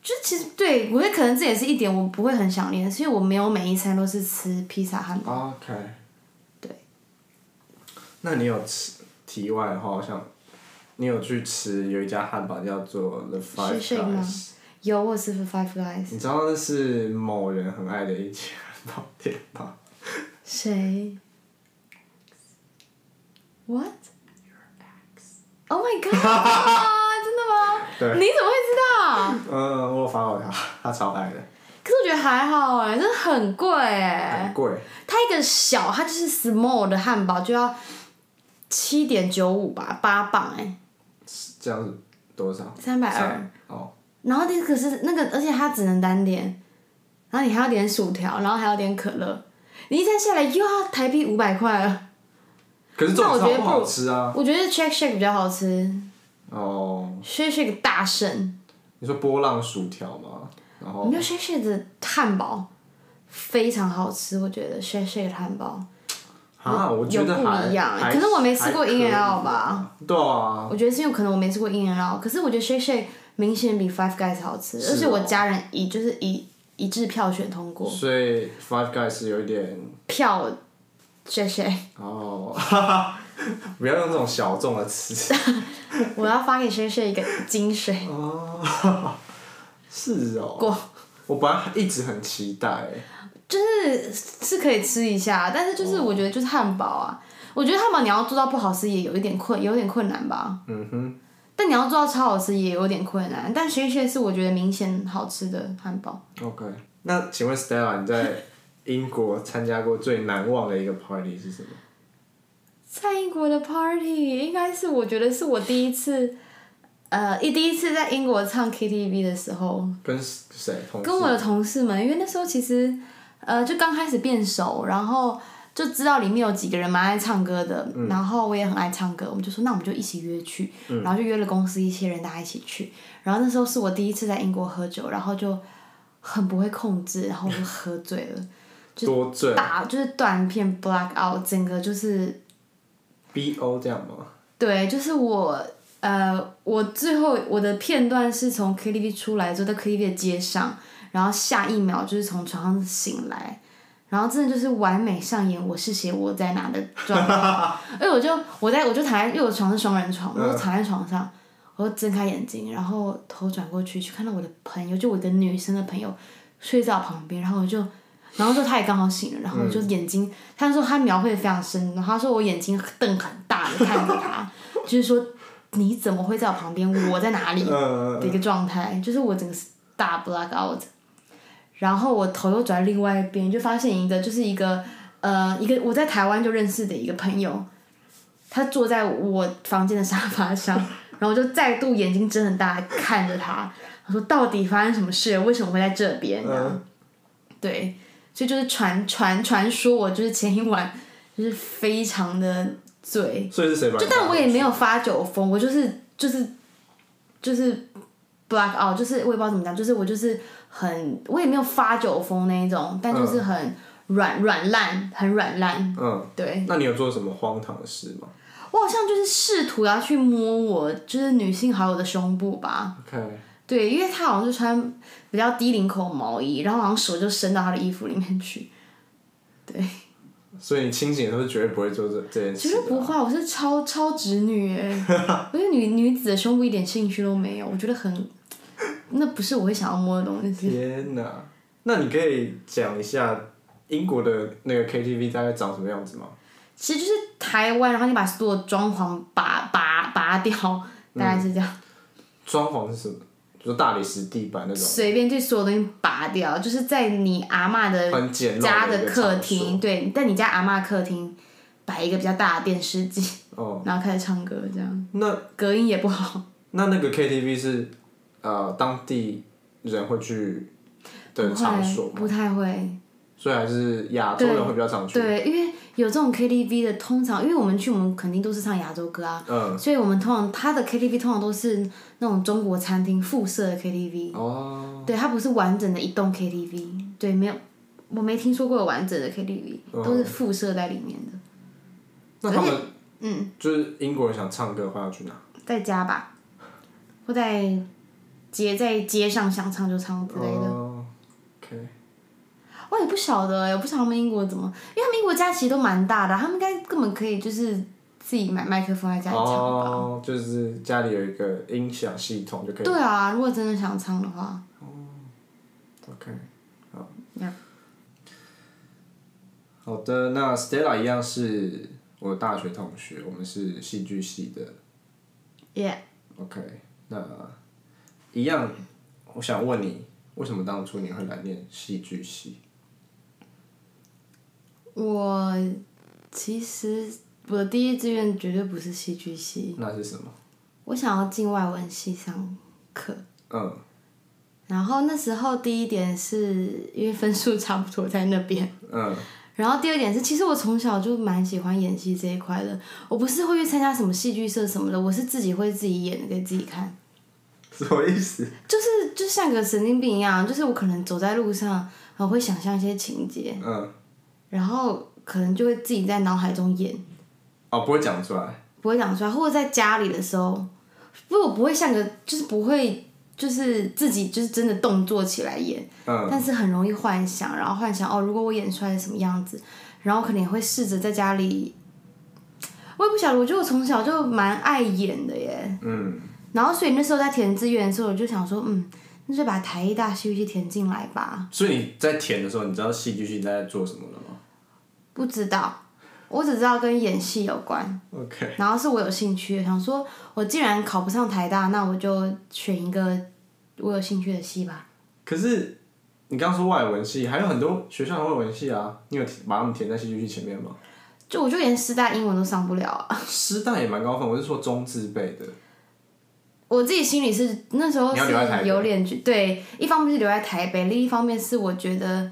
B: 就其实对我也可能这也是一点我不会很想念，是因为我没有每一餐都是吃披萨汉堡。
A: OK，
B: 对。
A: 那你有吃题外的话，我想你有去吃有一家汉堡叫做 The
B: 是
A: Five
B: 谁吗
A: Guys，
B: 有我是 Five Guys，
A: 你知道那是某人很爱的一家汉堡店吧？
B: 谁？What？Your ex？Oh my god！真的吗？
A: 对
B: 你怎么会知道？
A: 嗯，我有 follow 他，他超爱的，
B: 可是我觉得还好哎、真的很贵哎、
A: 很贵，
B: 它一个小，它就是 small 的汉堡就要七点九五吧，八磅哎、
A: 这样子多少？
B: 三百二
A: 三。哦，
B: 然后那个是那个，而且它只能单点，然后你还要点薯条，然后还要点可乐，你一餐下来又要台币五百块了。
A: 可是这种
B: 那我觉得
A: 超不好吃啊！
B: 我觉得 Shake Shake 比较好吃
A: 哦，
B: ，Shake Shake 大胜，
A: 你说波浪薯条吗？
B: 嗯
A: 然后
B: 没有 Shake Shake 的汉堡非常好吃，我觉得 Shake Shake 的汉堡
A: 啊，我觉
B: 有
A: 得还
B: 不一样
A: 还
B: 可是我没吃过
A: 还可以
B: In and Out 吧？
A: 对啊，
B: 我觉得是因为可能我没吃过 In and Out，可是我觉得 Shake Shake 明显比 Five Guys 好吃，
A: 是哦
B: 而且我家人一就是一一致票选通过
A: 所以 Five Guys 是有一点
B: 票 Shake Shake，
A: 哦， 哈哈，不要用这种小众的词
B: 我要发给 Shake Shake 一个金水
A: 哦。哈哈是哦，
B: 过。
A: 我本来一直很期待，
B: 就是是可以吃一下，但是就是我觉得就是汉堡啊，我觉得汉堡你要做到不好吃也有一点困，有点困难吧。
A: 嗯哼，
B: 但你要做到超好吃也有点困难。但 Shake Shake 是我觉得明显好吃的汉堡。
A: OK，那请问 Stella，你在英国参加过最难忘的一个 party 是什么？
B: 在英国的 party 应该是我觉得是我第一次，呃，一第一次在英国唱 KTV 的时候，
A: 跟谁？同事
B: 跟我的同事们，因为那时候其实，呃，就刚开始变熟，然后就知道里面有几个人蛮爱唱歌的，然后我也很爱唱歌，我们就说那我们就一起约去，然后就约了公司一些人，大家一起去。然后那时候是我第一次在英国喝酒，然后就很不会控制，然后我就喝醉了，
A: 多啊醉
B: 打就是断片 black out，整个就是
A: B O 这样吗？
B: 对，就是我。呃，我最后我的片段是从 KTV 出来之后，在 KTV 的街上，然后下一秒就是从床上醒来，然后真的就是完美上演我是谁我在哪的状态。哎，我就我在我就躺在，因为我床是双人床，我就躺在床上，我就睁开眼睛，然后头转过去，去看到我的朋友，就我一个女生的朋友睡在我旁边，然后我就。然后就他也刚好醒了，然后我就眼睛，他说他描绘的非常深，然后他说我眼睛瞪很大的看着他，就是说你怎么会在我旁边，我在哪里？
A: 呃，
B: 的一个状态，就是我整个是大 black out，然后我头又转到另外一边，就发现一个就是一个呃一个我在台湾就认识的一个朋友，他坐在我房间的沙发上，然后我就再度眼睛睁很大看着他，我说到底发生什么事？为什么会在这边？这样
A: 嗯
B: 对，所以就是传传传说我就是前一晚就是非常的醉，
A: 呃所以是谁把你
B: 就
A: 带
B: 但我也没
A: 过
B: 有发酒疯，我就是就是就是 black out，就是我也不知道怎么讲，就是我就是很我也没有发酒疯那一种，但就是很软软烂，很软烂。
A: 去？嗯，
B: 对
A: 那你有做什么荒唐的事吗
B: 我好像就是试图要去摸我就是女性好友的胸部吧，
A: ？OK，
B: 对，因为她好像是穿比较低领口毛衣，然后好像手就伸到她的衣服里面去。对，
A: 所以你清醒的时候绝对不会做这这件
B: 其
A: 事
B: 实
A: 的啊。
B: 不会，我是超超直 女哎、我对女女子的胸部一点兴趣都没有，我觉得很，那不是我会想要摸的东西。
A: 天哪！那你可以讲一下英国的那个 KTV 大概长什么样子吗？
B: 其实就是台湾，然后你把所有装潢拔拔拔掉，
A: 嗯
B: 大概是这样，
A: 装潢是什么？就是大理石地板那种，
B: 随便就所有东西拔掉，就是在你阿嬷的
A: 很简陋
B: 呃家
A: 的一个
B: 客
A: 场
B: 厅，对，在你家阿嬷客厅摆一个比较大的电视机，
A: 所。哦，
B: 然后开始唱歌，这样
A: 那
B: 隔音也不好。
A: 那那个 KTV 是呃当地人会去的
B: 不
A: 场
B: 会
A: 所，吗？
B: 不太会。
A: 所以还是亚洲人会比较常去。
B: 对，因为有这种 KTV 的，通常因为我们去，我们肯定都是唱亚洲歌啊，
A: 嗯，
B: 所以我们通常它的 KTV 通常都是那种中国餐厅附设的 KTV，、
A: 哦，
B: 对，它不是完整的一栋 KTV，对，没有，我没听说过有完整的 KTV，、都
A: 嗯
B: 是附设在里面的，
A: 那他们
B: 嗯，
A: 就是英国人想唱歌的话要去哪？
B: 在家吧，或在街在街上想唱就唱之类的。
A: 哦，OK，
B: 我也不晓得欸，我不晓得他们英国怎么，因为他们英国家其实都蛮大的啊，他们应该根本可以就是自己买麦克风在家里唱吧。
A: 哦，就是家里有一个音响系统就可以。
B: 对啊，如果真的想唱的话，
A: OK，
B: Yeah
A: 好的，那 Stella 一样是我的大学同学，我们是戏剧系的。
B: 耶、
A: OK，那一样，我想问你，为什么当初你会来念戏剧系？
B: 我其实我的第一志愿绝对不是戏剧系，
A: 那是什么？
B: 我想要进外文系上课。
A: 嗯，
B: 然后那时候第一点是因为分数差不多在那边，
A: 嗯，
B: 然后第二点是，其实我从小就蛮喜欢演戏这一块的。我不是会去参加什么戏剧社什么的，我是自己会自己演给自己看，
A: 什么意思？
B: 就是就像个神经病一样，就是我可能走在路上，我会想象一些情节，
A: 嗯，
B: 然后可能就会自己在脑海中演，
A: 哦，不会讲出来。
B: 不会讲出来，或者在家里的时候，不，我不会像个就是不会就是自己就是真的动作起来演。
A: 嗯，
B: 但是很容易幻想，然后幻想哦，如果我演出来是什么样子，然后可能也会试着在家里，我也不晓得，我觉得我从小就蛮爱演的耶。
A: 嗯，
B: 然后所以那时候在填志愿的时候，我就想说，嗯，那就把台艺大戏剧系填进来吧。
A: 所以你在填的时候，你知道戏剧系在做什么了吗
B: 不知道，我只知道跟演戏有关，
A: ？OK，
B: 然后是我有兴趣的，想说我既然考不上台大，那我就选一个我有兴趣的戏吧。
A: 可是你刚刚说外文系，还有很多学校的外文系啊，你有把他们填在戏剧系前面吗？
B: 就我就连师大英文都上不了啊！
A: 师大也蛮高分，我是说中字辈的。
B: 我自己心里是那时候
A: 你要留在台
B: 是
A: 北
B: 有点觉对，一方面是留在台北，另一方面是我觉得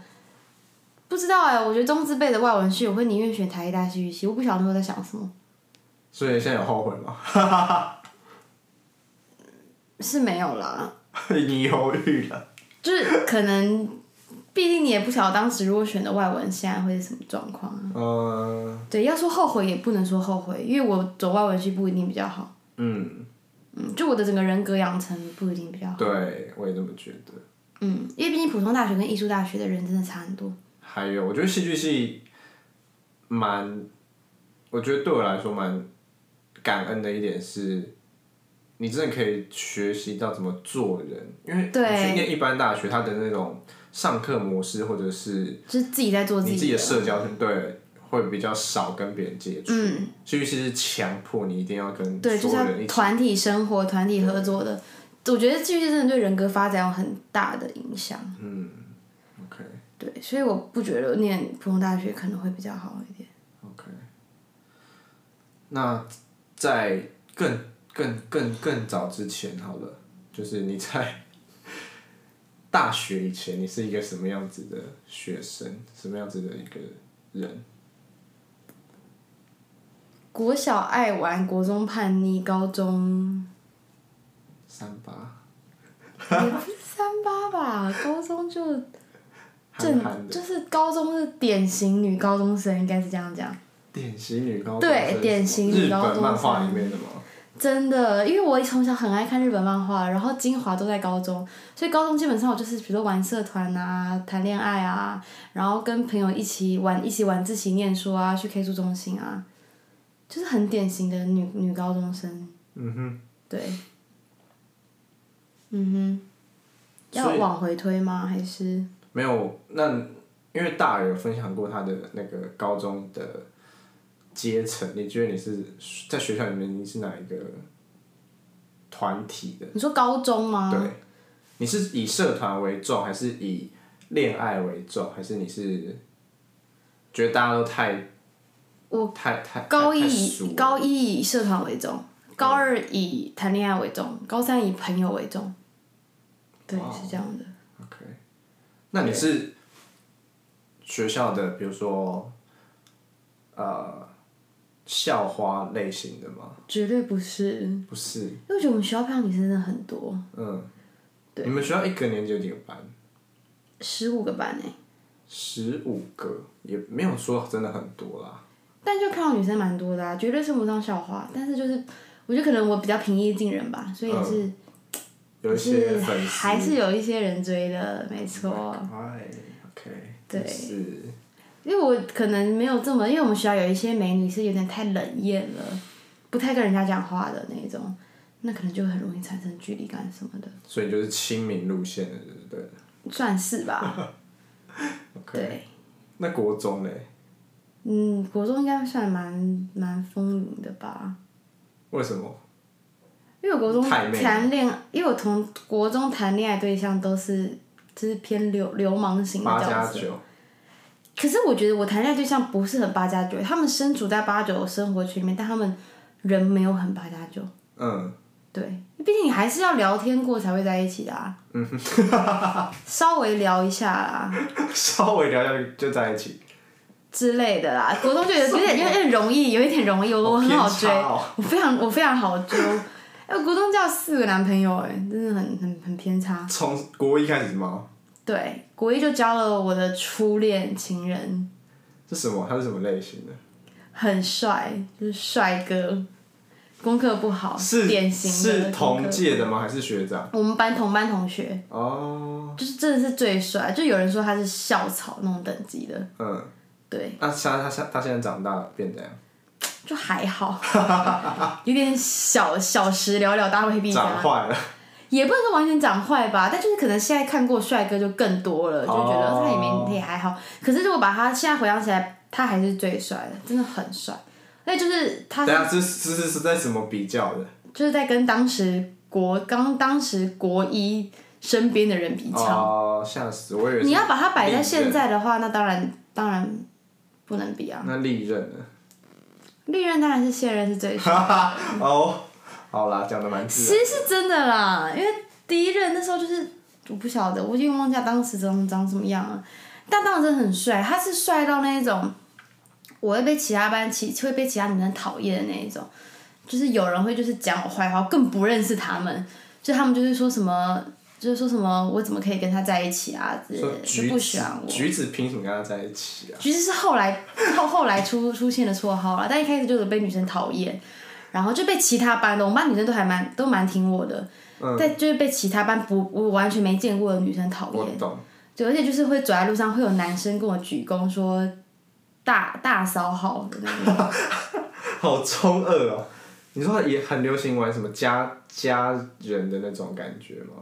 B: 不知道哎、我觉得中字辈的外文系，我会宁愿选台艺大戏剧系，我不晓得我在想什么，
A: 所以现在有后悔吗？
B: 是没有啦，
A: 你犹豫了。
B: 就是可能，毕竟你也不晓得当时如果选的外文，现在会是什么状况啊？
A: 呃，
B: 对，要说后悔也不能说后悔，因为我走外文系不一定比较好，
A: 嗯，
B: 嗯，就我的整个人格养成不一定比较好，
A: 对，我也这么觉得。
B: 嗯，因为毕竟普通大学跟艺术大学的人真的差很多，
A: 还有，我觉得戏剧系蛮，我觉得对我来说蛮感恩的一点是，你真的可以学习到怎么做人，因为你
B: 对
A: 去念一般大学，它的那种上课模式或者是
B: 就是自己在做自
A: 你
B: 己
A: 自己的社交圈，对，会比较少跟别人接触。
B: 嗯
A: 戏剧系是强迫你一定要跟
B: 对，就
A: 所
B: 是
A: 有
B: 要
A: 人一起，
B: 团体生活、团体合作的。我觉得戏剧真的对人格发展有很大的影响。
A: 嗯，OK。
B: 对，所以我不觉得念普通大学可能会比较好一点。
A: OK，那在更更更更早之前，好了，就是你在大学以前，你是一个什么样子的学生，什么样子的一个人？
B: 国小爱玩，国中叛逆，高 中
A: 三八，
B: 也不是三八吧，高中就
A: 憨憨
B: 正
A: 的，
B: 就是高中是典型女高中生，应该是这样讲。
A: 典型女高中
B: 对
A: 生
B: 典型
A: 日
B: 女高
A: 本
B: 中
A: 漫画
B: 生
A: 里面的吗？
B: 真的，因为我从小很爱看日本漫画，然后精华都在高中，所以高中基本上我就是比如说玩社团啊、谈恋爱啊，然后跟朋友一起玩、一起晚自习念书啊、去 K 书中心啊，就是很典型的女女高中生。
A: 嗯哼，
B: 对，嗯哼，要
A: 所以
B: 往回推吗？还是
A: 没有，那因为大人有分享过他的那个高中的阶层，你觉得你是在学校里面你是哪一个团体的？
B: 你说高中吗？
A: 对，你是以社团为重，还是以恋爱为重，还是你是觉得大家都太
B: 我
A: 太太
B: 高
A: 太太熟
B: 一高一以社团为重，高二以谈恋爱为重，高三以朋友为重。对，
A: 哇哦
B: 是这样的。
A: OK，那你是学校的，比如说呃校花类型的吗？
B: 绝对不是，
A: 不是，
B: 因为我觉得我们学校漂亮女生真的很多，
A: 嗯，
B: 对
A: 你们学校一个年级有几个班？
B: 十五个班哎、
A: 十五个，也没有说真的很多啦。
B: 但就漂亮女生蛮多的啊，绝对称不上校花。但是就是，我觉得可能我比较平易近人吧，所以也是、
A: 嗯有一些
B: 是
A: 粉丝
B: 还是有一些人追的，没错。
A: 哎，OK，
B: 对
A: 就是
B: 因为我可能没有这么，因为我们学校有一些美女是有点太冷艳了，不太跟人家讲话的那种，那可能就很容易产生距离感什么的，
A: 所以你就是亲民路线的，对不对了
B: 算是吧。
A: ？OK。
B: 对，
A: 那国中嘞？
B: 嗯，国中应该算蛮蛮丰腴的吧，
A: 为什么？
B: 因为我国中
A: 太媚了
B: 谈恋，因为我从国中谈恋爱对象都是就是偏流流氓型的
A: 八
B: 角
A: 加
B: 色。
A: 九，
B: 可是我觉得我谈恋爱对象不是很八加九，他们身处在八九生活圈里面，但他们人没有很八加九。
A: 嗯，
B: 对，毕竟你还是要聊天过才会在一起 的啊。稍微聊一下啦
A: 稍微聊聊就在一起，
B: 之类的啦，国中就有有点有点容易，有一点容易，我我很好追，
A: 偏差哦
B: 我非常我非常好追。哎，我国中交四个男朋友、哎，真的很很很偏差。
A: 从国一开始吗？
B: 对，国一就交了我的初恋情人，
A: 是什么？他是什么类型的？
B: 很帅，就是帅哥，功课不好，
A: 是
B: 典型的
A: 是
B: 功课
A: 同
B: 不
A: 届的吗？还是学长？
B: 好。我们班同班同学，
A: 哦，
B: 就是真的是最帅，就有人说他是校草那种等级的，
A: 嗯，
B: 对，
A: 那现在他现他现在长大了变怎样？
B: 就还好， 有点小小时了了，大未必
A: 长
B: 佳，
A: 坏了，
B: 也不能说完全长坏吧，但就是可能现在看过帅哥就更多了，就觉得
A: 哦
B: 他也没也还好。可是如果把他现在回想起来，他还是最帅的，真的很帅。那就是他
A: 等下这
B: 是
A: 是这是是在什么比较的？
B: 就是在跟当时国刚当时国一身边的人比较。
A: 哦，吓死我！以为是
B: 你要把它摆在现在的话，那当然当然不能比啊。
A: 那历任呢？
B: 利刃当然是现任是最帅，
A: 哦，好啦，讲的蛮
B: 其
A: 自
B: 实是真的啦，因为第一任那时候就是我不晓得，我已经忘记他当时长长什么样了，但当时真的很帅，他是帅到那一种我会被其他班其会被其他女生讨厌的那一种，就是有人会就是讲我坏话，我更不认识他们，就他们就是说什么。就是说什么我怎么可以跟他在一起啊之类
A: 然，说
B: 的，就
A: 橘
B: 不喜
A: 子
B: 欢我。
A: 橘子凭什么跟他在一起啊？
B: 其实是后来后后来出出现的绰号啦，但一开始就是被女生讨厌，然后就被其他班的，我们班女生都还蛮都蛮挺我的，
A: 嗯
B: 但就是被其他班不我完全没见过的女生讨
A: 我
B: 厌，
A: 懂，
B: 对，而且就是会走在路上会有男生跟我鞠躬说大大骚号的那种，
A: 好中二哦。你说也很流行玩什么家家人的那种感觉吗？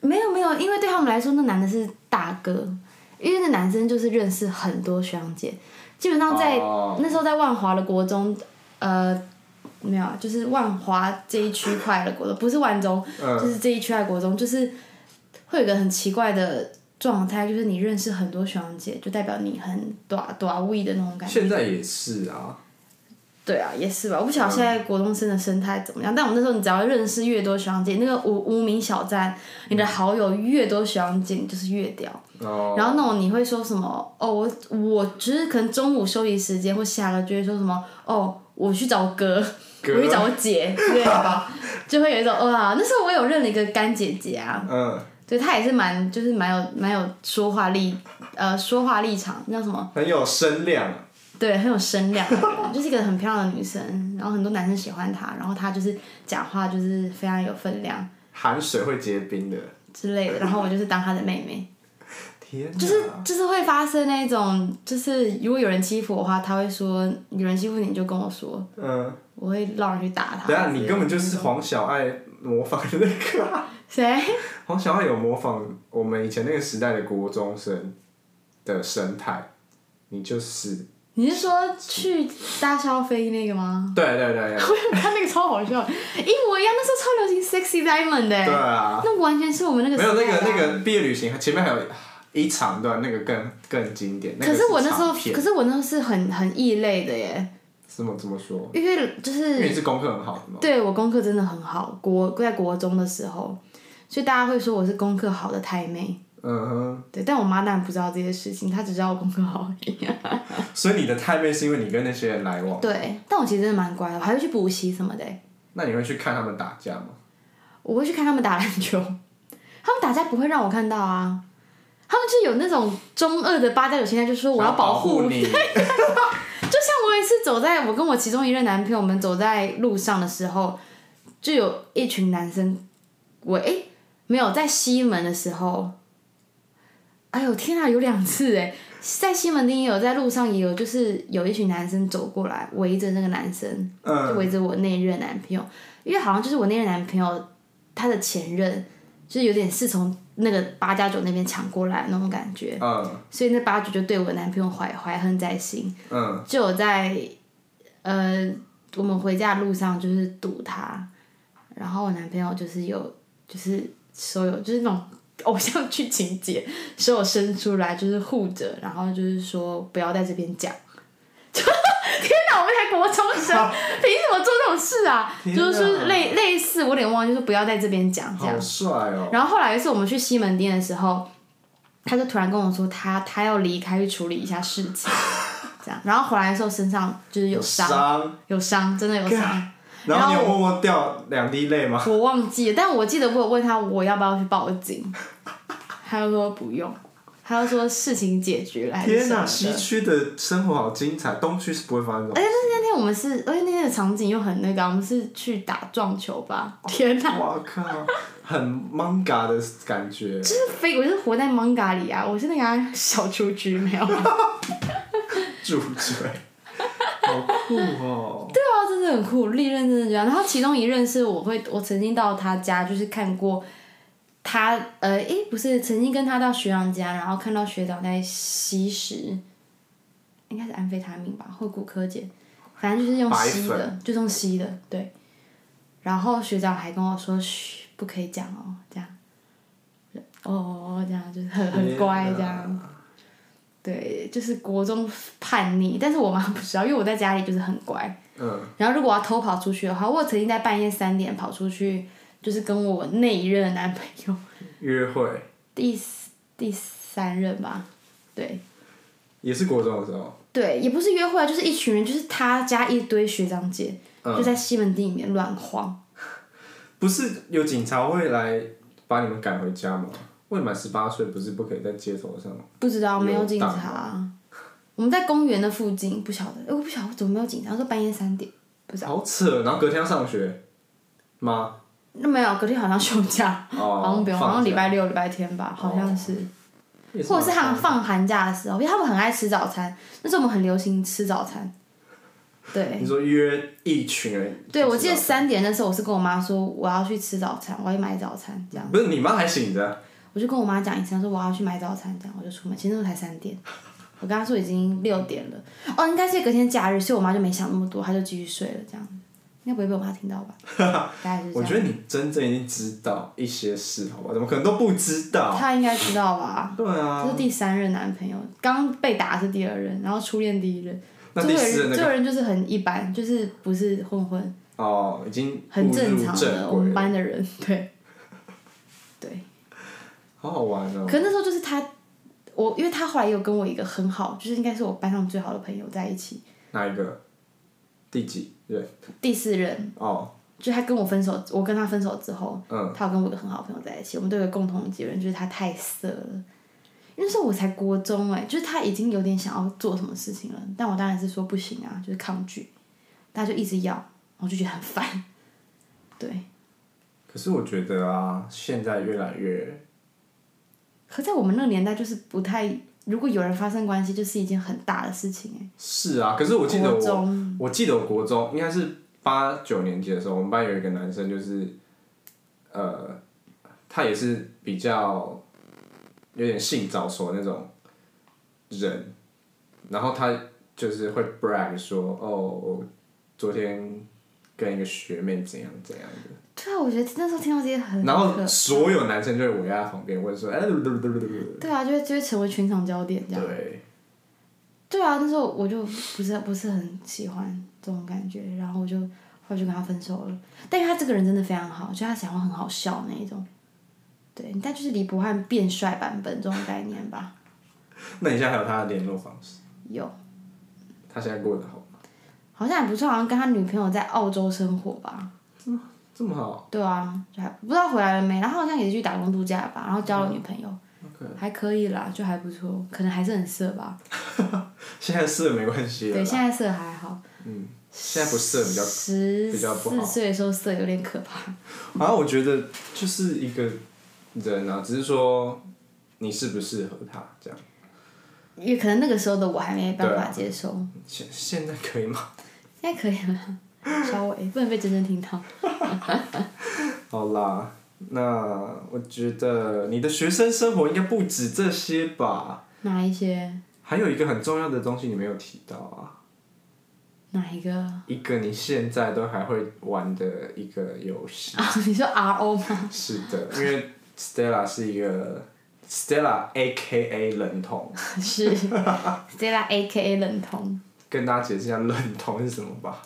B: 没有没有，因为对他们来说那男的是大哥，因为那男生就是认识很多学长姐，基本上在、
A: 哦
B: 那时候在万华的国中，呃，没有，啊，就是万华这一区块的国中，不是万中，就是这一区块国中，就是会有一个很奇怪的状态，就是你认识很多学长姐，就代表你很短短位的那种感觉。
A: 现在也是啊，
B: 对啊，也是吧，我不
A: 嗯
B: 晓得现在国中生的生态怎么样，但我们那时候你只要认识越多学长姐，那个无无名小站，你的好友越多学长姐，你就是越屌。
A: 嗯哦，
B: 然后那种你会说什么？哦，我我只是可能中午休息时间或下课就会说什么？哦，我去找哥，
A: 哥
B: 我去找我姐，对 啊，就会有一种哇，那时候我有认了一个干姐姐啊，
A: 嗯，
B: 对她也是蛮就是蛮有蛮有说话力，呃，说话立场那叫什么？
A: 很有声量啊，
B: 对，很有声量的人，就是一个很漂亮的女生，然后很多男生喜欢她，然后她就是讲话就是非常有分量
A: 含水会结冰的，
B: 之类的，然后我就是当她的妹妹。
A: 天哪，
B: 就是就是会发生那种，就是如果有人欺负我的话，他会说有人欺负你就跟我说，
A: 嗯，
B: 我会让人去打他。
A: 等下你根本就是黄小爱模仿的那个啊、
B: 谁？
A: 黄小爱有模仿我们以前那个时代的国中生的生态，你就是
B: 你是说去大消费那个吗？
A: 对对对对
B: 他那个超好笑，一模一样。那时候超流行 sexy diamond 的、欸
A: 对啊，
B: 那完全是我们那个
A: 没有那
B: 时代
A: 个
B: 的啊
A: 那个毕业旅行前面还有一长段，那个更更经典。
B: 可是我那
A: 那
B: 时候，
A: 个是长片
B: 可是我那时候是很很异类的耶，
A: 怎么怎么说？
B: 因为就
A: 因为你
B: 是
A: 是功课很好的嘛，
B: 对我功课真的很好，国在国中的时候，所以大家会说我是功课好的太妹。
A: 嗯哼，
B: 对，但我妈当然不知道这些事情，她只知道我功课好而已。
A: 所以你的太妹是因为你跟那些人来往，
B: 对，但我其实真的蛮乖的，我还会去补习什么的欸。
A: 那你会去看他们打架吗？
B: 我会去看他们打篮球， 他们打架不会让我看到啊。他们就有那种中二的八加九心态，就说我要保护
A: 想你，
B: 就像我也是走在我跟我其中一任男朋友，我们走在路上的时候，就有一群男生，我诶，没有在西门的时候，哎呦天啊，有两次哎、 在西门町也有，在路上也有，就是有一群男生走过来，围着那个男生， 就
A: 嗯，
B: 围着我那一任男朋友，因为好像就是我那任男朋友他的前任，就是有点是从那个八加九那边抢过来那种感觉，
A: 嗯，
B: 所以那八加九就对我男朋友怀怀恨在心，
A: 嗯，
B: 就有在呃我们回家的路上就是堵他，然后我男朋友就是有就是手有就是那种偶像剧情节， 手有伸出来就是护着，然后就是说不要在这边讲。 天哪，我们才国中生， 凭什么做这种事啊？
A: 天哪
B: 就是说类类似，我有点忘了，就是不要在这边讲这样
A: 好。帅哦，
B: 然后后来有一次我们去西门町的时候，他就突然跟我说他他要离开去处理一下事情，这样。然后回来的时候身上就是有伤，
A: 伤，
B: 有伤，真的有伤。
A: 然
B: 然
A: 后
B: 后
A: 你有默默掉两滴泪吗？
B: 我忘记了，但我记得我有问他我要不要去报警，他就说不用，他就说事情解决了还是
A: 天
B: 什么
A: 哪，
B: 的。哎
A: 西区的生活好精彩，东区是不会发生这种。
B: 而且那天我们是，而且那天的场景又很那个啊，我们是去打撞球吧？天哪，
A: 哇靠，很 manga 的感觉。
B: 就是非我就是活在 manga 里啊！我是那个啊小雏菊没有？对
A: 住嘴，好酷哦！
B: 啊，真的很酷，历任真的这样。然后其中一任是我会，我曾经到他家就是看过他，呃，诶，不是，曾经跟他到学长家，然后看到学长在吸食，应该是安非他命吧，或骨科碱，反正就是用
A: 白
B: 吸
A: 粉
B: 的，就是用吸的，对。然后学长还跟我说：“嘘，不可以讲哦，这样。”哦哦，哦这样就是很很乖这样。对，就是国中叛逆，但是我妈不知道，因为我在家里就是很乖。
A: 嗯，
B: 然后如果我要偷跑出去的话，我曾经在半夜三点跑出去，就是跟我那一任的男朋友，
A: 约会
B: 第四第三任吧，对
A: 也是国中的时候，
B: 对，也不是约会啊，就是一群人，就是他加一堆学长姐，
A: 嗯
B: 就在西门町里面乱晃。
A: 不是有警察会来把你们赶回家吗？未满十八岁不是不可以在街头上吗？
B: 不知道没有
A: 有
B: 警
A: 档
B: 察啊，我们在公园的附近，不晓得，哎，我不晓得怎么没有警察，说半夜三点，不是，啊
A: 好扯！然后隔天要上学吗？
B: 那没有，隔天好像休假，
A: 哦，
B: 好像不用，好
A: 放
B: 像
A: 假
B: 礼拜六、礼拜天吧，好像是。
A: 也
B: 或者是他
A: 蛮
B: 们放寒假的时候，因为他们很爱吃早餐，那时候我们很流行吃早餐。对，
A: 你说约一群人？
B: 对，我记得三点的时候，我是跟我妈说我要去吃早餐，我要去买早餐，这样，
A: 不是你妈还醒着，
B: 我就跟我妈讲一声说我要去买早餐，这样我就出门。其实那时候才三点，我跟她说已经六点了，哦，应该是隔天假日，所以我妈就没想那么多，她就继续睡了，这样，应该不会被我妈听 到吧？大概就是这
A: 我
B: 样，
A: 觉得你真正已经知道一些事，好吧？怎么可能都不知道？
B: 她应该知道吧？
A: 对啊
B: 这，是第三任男朋友，刚被打是第二任，然后初恋第一任。
A: 那
B: 这个
A: 第四人
B: 人
A: 那
B: 这
A: 个
B: 个人就是很一般，就是不是混混，
A: 哦，已经
B: 很
A: 步入
B: 正常
A: 正
B: 的我
A: 轨
B: 们
A: 了，
B: 班的人，对，对。
A: 好好玩哦。
B: 可那时候就是他，我因为他后来有跟我一个很好，就是应该是我班上最好的朋友在一起。
A: 哪一个？第几对？
B: 第四任，
A: 哦，
B: 就他跟我分手，我跟他分手之后，
A: 嗯，
B: 他有跟我一个很好的朋友在一起，我们都有一个共同的结论，就是他太色了。那时候我才国中哎、就是他已经有点想要做什么事情了，但我当然是说不行啊，就是抗拒，他就一直要，我就觉得很烦，对。
A: 可是我觉得啊，现在越来越
B: 可在我们那个年代，就是不太，如果有人发生关系，就是一件很大的事情哎、
A: 是啊。可是我记得
B: 国
A: 我，
B: 中
A: 我记得我国中应该是八九年级的时候，我们班有一个男生，就是呃，他也是比较有点性早熟的那种人，然后他就是会 brag 说，哦，我昨天跟一个学妹怎样怎样的。
B: 对啊，我觉得那时候听到这些很
A: 然
B: 可
A: 后所有男生就会围在他旁边问说：“哎，嘟嘟嘟嘟嘟嘟
B: 对啊，啊就会就会成为全场焦点这样。
A: 对，
B: 对啊，那时候我就不是不是很喜欢这种感觉，然后我就后来就跟他分手了。但因为他这个人真的非常好，就他讲话很好笑那一种。对，但就是李博翰变帅版本这种概念吧。
A: 那你现在还有他的联络方式？
B: 有，
A: 他现在过得好吗？
B: 好像也不错，好像跟他女朋友在澳洲生活吧。
A: 这么好
B: 对啊，就还不知道回来了没，然后好像也去打工度假吧，然后交了女朋友，
A: 嗯，OK，
B: 还可以啦，就还不错，可能还是很色吧。
A: 现在色没关系了啦，
B: 对，现在色还好，
A: 嗯，现在不色比较。
B: 十
A: 比较不好
B: 四岁的时候色有点可怕。
A: 然啊后我觉得就是一个人啊，只是说你适不适合他这样。
B: 因为可能那个时候的我还没办
A: 啊
B: 法接受，
A: 现现在可以吗？
B: 现在可以了，稍微不能被真正听到。
A: 好啦，那我觉得你的学生生活应该不止这些吧？
B: 哪一些？
A: 还有一个很重要的东西你没有提到啊，
B: 哪一个？ 哦
A: 一个你现在都还会玩的一个游戏。
B: 啊，你说 R O 吗？
A: 是的，因为 Stella 是一个 Stella A K A 冷桶，
B: 是 Stella A K A 冷童。
A: 跟大家解释一下冷桶是什么吧。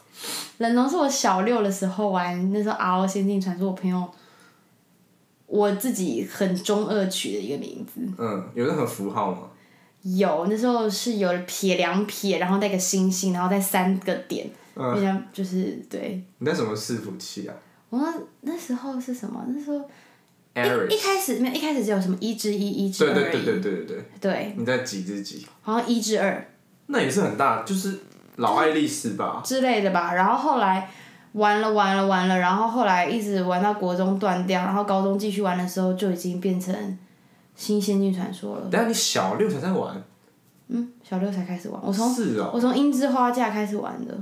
B: 冷童是我小六的时候玩，那时候 R O 仙境传说，我朋友我自己很中二取的一个名字。
A: 嗯，有任何符号吗？
B: 有那时候是有撇两撇，然后带个星星，然后带三个点，
A: 嗯
B: 就像就是对。
A: 你那什么伺服器啊
B: 我那那时候是什么？那时候一一
A: ？Aries。
B: 开始没有，一开始只有什么一至一、一至
A: 对对
B: 二
A: 对
B: 而
A: 对对
B: 已，
A: 对对，
B: 对，
A: 你在挤自己，
B: 好像一至二
A: 那也是很大，就是老爱丽丝吧。
B: 之类的吧。然后后来玩了玩了玩了，然后后来一直玩到国中断掉，然后高中继续玩的时候就已经变成《新仙境传说》了。
A: 等一下你小六才在玩，
B: 嗯，小六才开始玩，我从
A: 是哦，
B: 我从樱之花嫁开始玩的，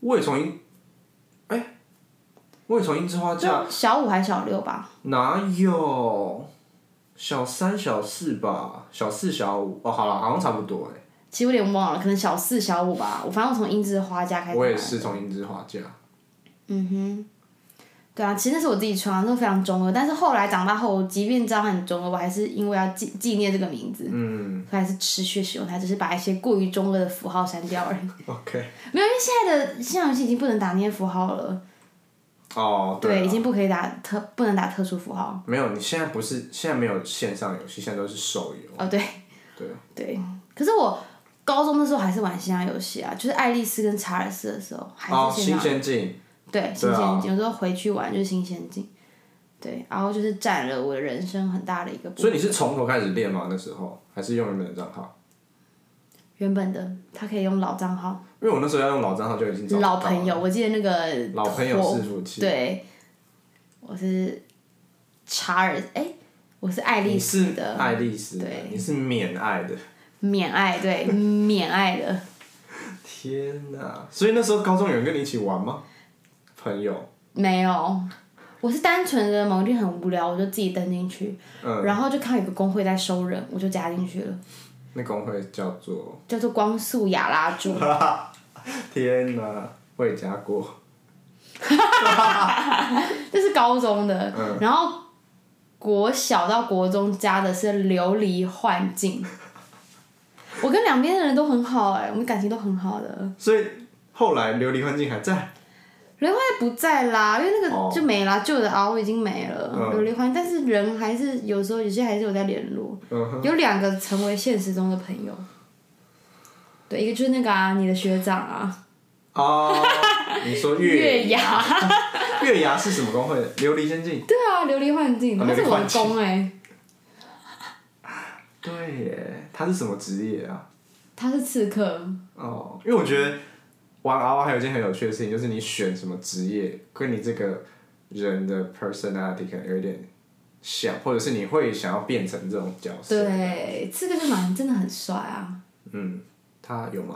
A: 我也从樱，哎、我也从樱之花嫁，
B: 就小五还小六吧，
A: 哪有？小三、小四吧，小四、小五，哦，好了，好像差不多哎、
B: 其实我有点忘了，可能小四小五吧。我反正我从樱之花嫁开始
A: 我
B: 玩
A: 也。是从樱之花嫁，
B: 嗯哼，对啊，其实那是我自己创的，都非常中二。但是后来长大后，我即便知道它很中二，我还是因为要纪纪念这个名字，
A: 嗯
B: 所以还是持续使用它，只是把一些过于中二的符号删掉而已。
A: ，OK，
B: 没有，因为现在的现在游戏已经不能打那些符号了，
A: 哦，
B: 对，
A: 啊
B: 已经不可以打特不能打特殊符号。
A: 没有，你现在不是现在没有线上游戏，现在都是手游，
B: 哦，对
A: 对，啊
B: 对，可是我高中的时候还是玩线上游戏啊，就是爱丽丝跟查尔斯的时候还
A: 哦，
B: 是线
A: 新
B: 上
A: 仙境，
B: 对，新
A: 对啊
B: 仙境，有时候回去玩就是新仙境，对，然后就是占了我的人生很大的一个部分。
A: 所以你是从头开始练吗？那时候还是用原本的账号？
B: 原本的，他可以用老账号、
A: 因为我那时候要用老账号就已经找不到
B: 老朋友。我记得那个
A: 老朋友
B: 火
A: 伺服器，
B: 对，我是查尔，哎、我是爱丽
A: 你
B: 丝
A: 是
B: 的
A: 爱丽丝的
B: 对，
A: 你是免爱的。
B: 免爱，对，免爱的。
A: 天哪！所以那时候高中有人跟你一起玩吗？朋友，
B: 没有，我是单纯的某一天很无聊，我就自己登进去，
A: 嗯，
B: 然后就看有个工会在收人，我就加进去了，
A: 那工会叫 做
B: 叫做光速雅拉猪。
A: 天哪，我也加过，
B: 这是高中的，
A: 嗯
B: 然后国小到国中加的是琉璃幻境。我跟两边的人都很好哎、我们感情都很好的。
A: 所以后来琉璃幻境还在，
B: 人幻不在啦，因为那
A: 哦
B: 个就没啦，旧的 RO 已经没了，
A: 嗯
B: 琉璃幻，但是人还是有时候有些还是有在联络，
A: 嗯
B: 有两个成为现实中的朋友。对，一个就是那个啊，你的学长啊，
A: 哦，你说
B: 月
A: 月
B: 牙，
A: 月牙是什么工会的？琉璃仙境。
B: 对啊，琉璃幻境，
A: 啊
B: 他是我
A: 琉璃幻
B: 的
A: 境
B: 公哎、
A: 对耶，他是什么职业啊？
B: 他是刺客，
A: 哦，因为我觉得玩 R 还有一件很有趣的事情，就是你选什么职业，跟你这个人的 personality 可能有一点像，或者是你会想要变成这种角色。，
B: 对，刺客就蛮真的很帅啊。
A: 嗯，他有吗？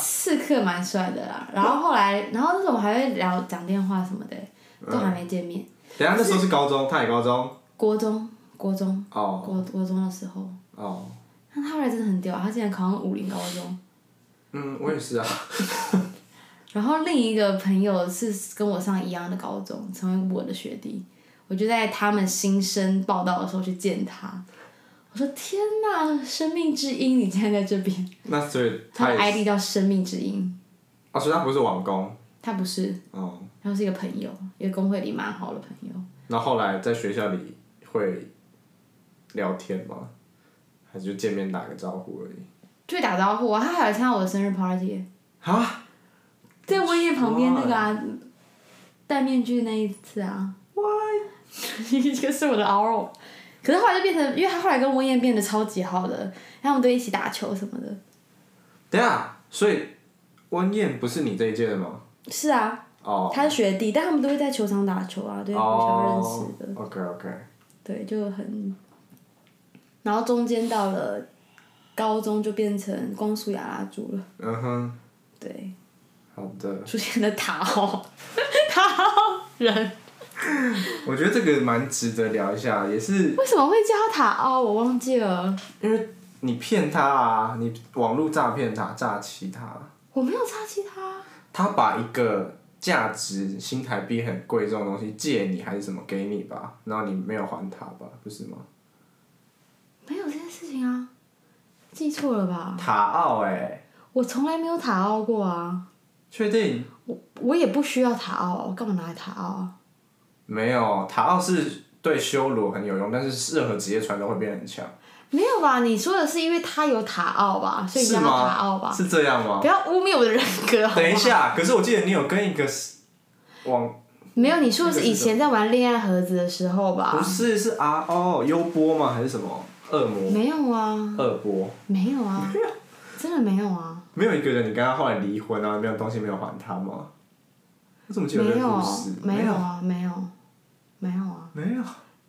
B: 刺客蛮帅的啦，然后后来，然后那时候我们还会聊讲电话什么的，
A: 嗯
B: 都还没见面。
A: 等一下那时候是高中，他也高中。
B: 国中，国中，
A: 哦
B: 国国中的时候，
A: 哦，
B: 那他后来真的很屌，他竟然考上武林高中。
A: 嗯，我也是啊。
B: 然后另一个朋友是跟我上一样的高中，成为我的学弟。我就在他们新生报道的时候去见他，我说：“天哪，生命之音，你竟然在这边
A: 那所以！”
B: 他
A: 他
B: 的
A: 也
B: ID 叫生命之音，
A: 啊，所以他不是网工
B: 他不是，
A: 哦。
B: 他是一个朋友，一个工会里蛮好的朋友。
A: 那后来在学校里会聊天吗？还是就见面打个招呼而已？
B: 就会打招呼啊，他还来参加我的生日 party，
A: 啊？
B: 在我也旁边那个啊，戴面具那一次啊， 哇，一个是我的 RO，可是后来就变成，因为他后来跟温燕变得超级好的，他们都一起打球什么的，
A: 等一下，所以温燕不是你这一届的吗？
B: 是啊，
A: 哦，
B: 他是学弟，但他们都会在球场打球啊，对，互相认
A: 哦
B: 识的，
A: OK OK，
B: 对，就很，然后中间到了高中就变成光速雅拉猪了，
A: 嗯哼，
B: 对，
A: 好的，
B: 出现了塔奥， 塔奥人，
A: 我觉得这个蛮值得聊一下，也是
B: 为什么会叫他塔奥？我忘记了，
A: 因为你骗他啊，你网络诈骗他、诈欺他，
B: 我没有插其他，
A: 他把一个价值新台币很贵这种东西借你还是什么给你吧，然后你没有还他吧，不是吗？
B: 没有这件事情啊，记错了吧？
A: 塔奥哎、
B: 我从来没有塔奥过啊，
A: 确定？
B: 我也不需要塔奥啊，我干嘛拿来塔奥啊？
A: 没有，塔奥是对修罗很有用，但是任何职业传都会变得很强，
B: 没有吧？你说的是因为他有塔奥吧，所以
A: 是
B: 叫他塔奥
A: 吗？
B: 吧？
A: 是这样吗
B: 不？要污蔑我的人格好吗？
A: 等一下，可是我记得你有跟一个 s- 网
B: 没有，你说的是以前在玩恋爱盒子的时候
A: 不
B: 吧？
A: 是是 R 哦优波吗？还是什么恶魔
B: 没有啊，
A: 恶波？
B: 没有啊，真的没有啊，
A: 没有一个人你跟他后来离婚，然后没有东西没有还他吗？我怎么记得
B: 没
A: 这个
B: 有
A: 故事？，
B: 没
A: 没
B: 有啊，没有，没有啊，
A: 没有。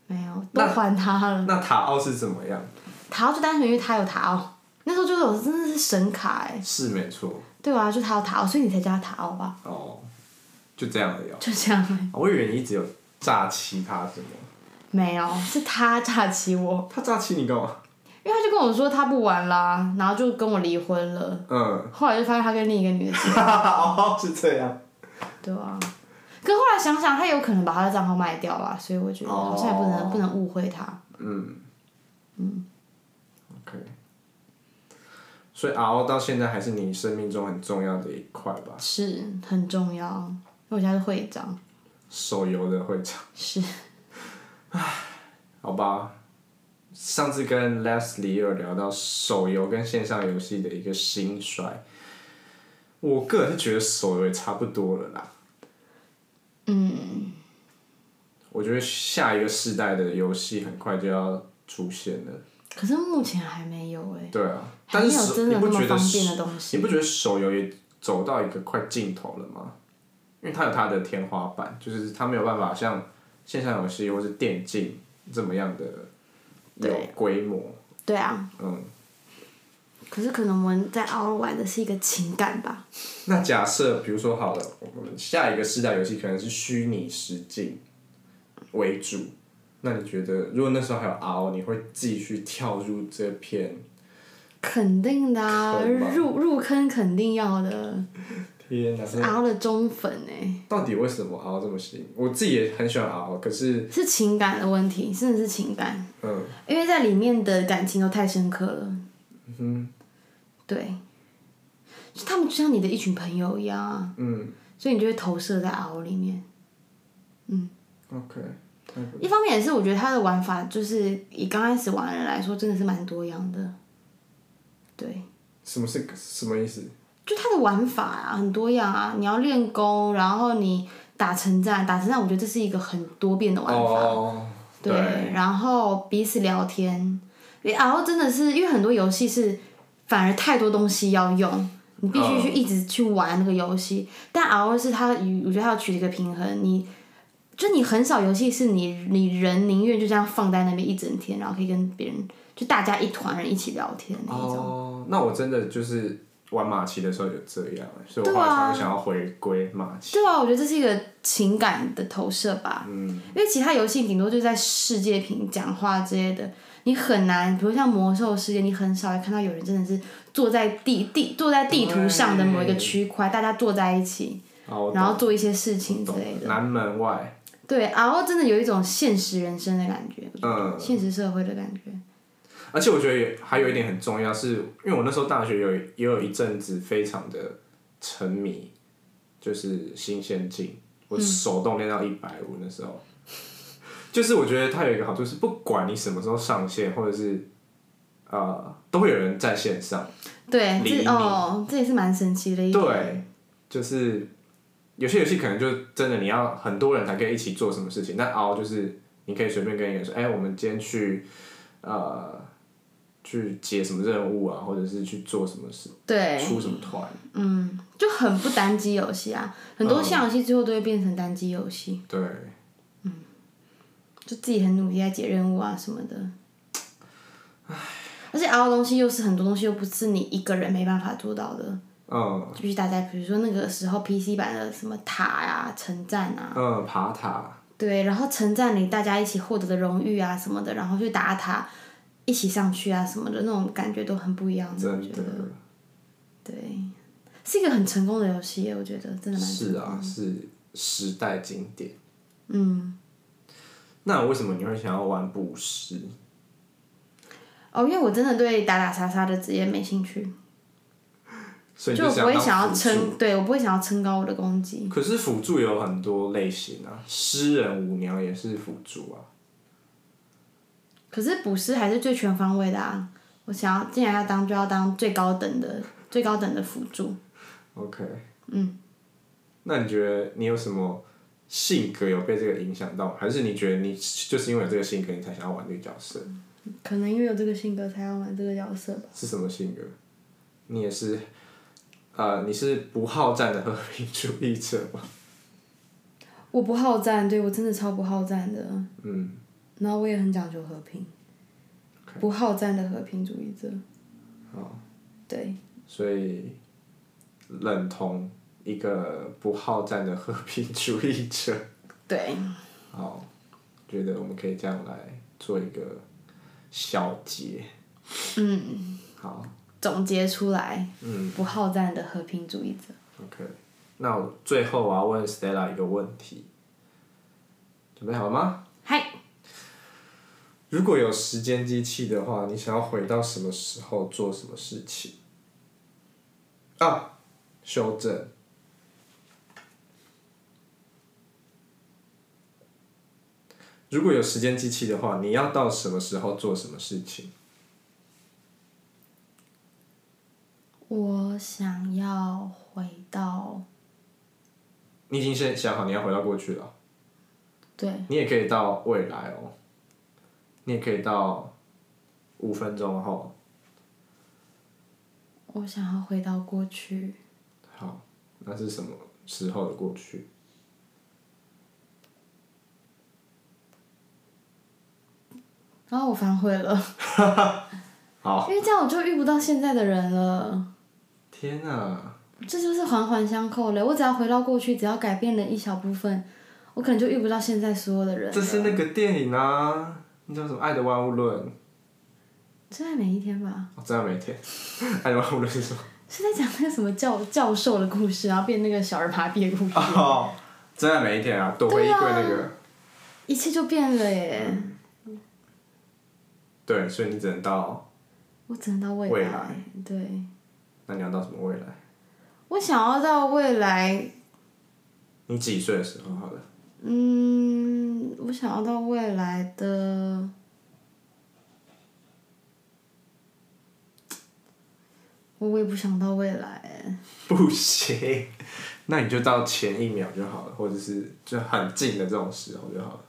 B: 没有，都
A: 那
B: 还他了。
A: 那塔奥是怎么样？
B: 塔奥就单纯因为他有塔奥，那时候就是我真的是神卡哎、
A: 是没错
B: 对啊，就他有塔奥，所以你才叫他塔奥吧？
A: 哦，就这样而已哦、
B: 就这样、欸，
A: 我以为你一直有诈欺他什么？
B: 没有，是他诈欺我，
A: 他诈欺你干嘛？
B: 因为他就跟我说他不玩啦，然后就跟我离婚了。
A: 嗯，
B: 后来就发现他跟另一个女的结婚，
A: 哦，是这样。
B: 对啊。可后来想想，他有可能把他的账号卖掉吧，所以我觉得
A: 哦
B: 好像也不能、不能误会他。
A: 嗯嗯，OK。所以 RO 到现在还是你生命中很重要的一块吧？
B: 是很重要，因为我现在是会长，
A: 手游的会长，
B: 是
A: 好吧？上次跟 Leslie 有聊到手游跟线上游戏的一个兴衰，我个人是觉得手游也差不多了啦。
B: 嗯，
A: 我觉得下一个世代的游戏很快就要出现了。
B: 可是目前还没有哎、
A: 对啊，
B: 还
A: 但
B: 没
A: 是
B: 有
A: 手
B: 真
A: 你
B: 的那
A: 不
B: 么
A: 觉得
B: 方便
A: 手
B: 的东西
A: 你。不觉得手游也走到一个快尽头了吗？因为它有它的天花板，就是它没有办法像线上游戏或是电竞这么样的有
B: 对
A: 规模。
B: 对啊，
A: 嗯，
B: 可是可能我们在奥玩的是一个情感吧，
A: 那假设比如说好了，我们下一个世代游戏可能是虚拟实境为主，那你觉得如果那时候还有 RO，你会继续跳入这片？
B: 肯定的啊，
A: 坑吧
B: 入入坑肯定要的，
A: 天哪！
B: 是奥的忠粉哎、
A: 到底为什么 RO 这么吸引？我自己也很喜欢 RO，可是
B: 是情感的问题，真的是情感。
A: 嗯，
B: 因为在里面的感情都太深刻了。嗯，对，就他们就像你的一群朋友一样啊，
A: 嗯
B: 所以你就会投射在 RO 里面。
A: ，OK，
B: 一方面也是我觉得他的玩法，就是以刚开始玩的人来说，真的是蛮多样的。对，
A: 什么是什么意思？
B: 就他的玩法啊，很多样啊。你要练功，然后你打城战，打城战，我觉得这是一个很多变的玩法。
A: 哦，
B: 对，然后彼此聊天，然后真的是因为很多游戏是反而太多东西要用，你必须去一直去玩那个游戏。但 R O 是它与，我觉得它要取得一个平衡，你就你很少游戏是你你人宁愿就这样放在那边一整天，然后可以跟别人就大家一团人一起聊天的那一种。
A: 哦，那我真的就是玩马奇的时候就这样，所以我
B: 对
A: 后来
B: 啊
A: 常常想要回归马奇。
B: 对啊，我觉得这是一个情感的投射吧。嗯，因为其他游戏顶多就在世界屏讲话之类的，你很难，比如像魔兽世界，你很少看到有人真的是坐在地地坐在地图上的某一个区块，大家坐在一起，
A: 哦，
B: 然后做一些事情之类的。
A: 南门外，
B: 对，RO 真的有一种现实人生的感觉，
A: 嗯，
B: 现实社会的感觉。
A: 而且我觉得也还有一点很重要是，因为我那时候大学有也有一阵子非常的沉迷，就是新仙境，我手动练到一百五那时候。就是我觉得它有一个好处是，不管你什么时候上线，或者是呃，都会有人在线上。
B: 对，
A: 黎
B: 这
A: 明
B: 哦，这也是蛮神奇的一点。
A: 对，就是有些游戏可能就真的你要很多人才可以一起做什么事情，但熬就是你可以随便跟一个人说，哎、我们今天去呃去解什么任务啊，或者是去做什么事，
B: 对，
A: 出什么团，
B: 嗯，就很不单机游戏啊，
A: 嗯
B: 很多像游戏最后都会变成单机游戏。
A: 对，
B: 就自己很努力在解任务啊什么的。而且熬的东西又是很多东西又不是你一个人没办法做到的，
A: 嗯
B: 必须大家比如说那个时候 PC 版的什么塔呀、城战啊，
A: 嗯，爬塔，
B: 对，然后城战里大家一起获得的荣誉啊什么的，然后去打塔，一起上去啊什么的，那种感觉都很不一样的。我
A: 真
B: 觉
A: 的
B: 得，对，是一个很成功的游戏耶，我觉得真的蛮成
A: 是
B: 功
A: 啊，是时代经典。
B: 嗯，
A: 那为什么你会想要玩捕食？
B: 哦，因为我真的对打打杀杀的职业没兴趣，
A: 所以你
B: 就我不
A: 想
B: 会
A: 要
B: 想要
A: 辅助
B: 撑，对我不会想要撑高我的攻击。
A: 可是辅助有很多类型啊，诗人舞娘也是辅助啊。
B: 可是捕食还是最全方位的啊！我想要，既然要当，就要当最高等的、最高等的辅助。
A: OK，
B: 嗯，
A: 那你觉得你有什么性格有被这个影响到，还是你觉得你就是因为有这个性格，你才想要玩这个角色？
B: 可能因为有这个性格，才要玩这个角色吧。
A: 是什么性格？你也是，呃，你是不好战的和平主义者吗？
B: 我不好战，对我真的超不好战的。
A: 嗯，
B: 然后我也很讲究和平
A: OK
B: 不好战的和平主义者。
A: 好，
B: 对，
A: 所以认同一个不好战的和平主义者。
B: 对，
A: 好，觉得我们可以这样来做一个小结。
B: 嗯，
A: 好
B: 总结出来，
A: 嗯，
B: 不好战的和平主义者。
A: ，OK。那我最后我要问 Stella 一个问题，准备好了吗？
B: 嗨，
A: 如果有时间机器的话，你想要回到什么时候做什么事情？啊，修正。如果有时间机器的话，你要到什么时候做什么事情？
B: 我想要回到
A: 你已经先想好你要回到过去了，
B: 对
A: 你也可以到未来哦，你也可以到五分钟后。
B: 我想要回到过去，
A: 好，那是什么时候的过去？
B: 然后我反悔了，
A: 好，
B: 因为这样我就遇不到现在的人了。
A: 天哪、
B: 这就是环环相扣了。我只要回到过去，只要改变了一小部分，我可能就遇不到现在所有的人了。
A: 这是那个电影啊，那叫什么《爱的万物论》
B: 真爱每一天吧。
A: 哦，真的每天，《爱的万物论》是什么？
B: 是在讲那个什么教教授的故事，然后变那个小儿麻痹的故事，
A: 哦，真的每一天啊，躲回衣柜那个。
B: 一切就变了耶！
A: 嗯对，所以你只能到，
B: 我只能到未来，
A: 未来
B: 对
A: 那你要到什么未来？
B: 我想要到未来，
A: 你几岁的时候？好了，
B: 嗯，我想要到未来的，我我也不想到未来耶，
A: 不行，那你就到前一秒就好了，或者是就很近的这种时候就好了，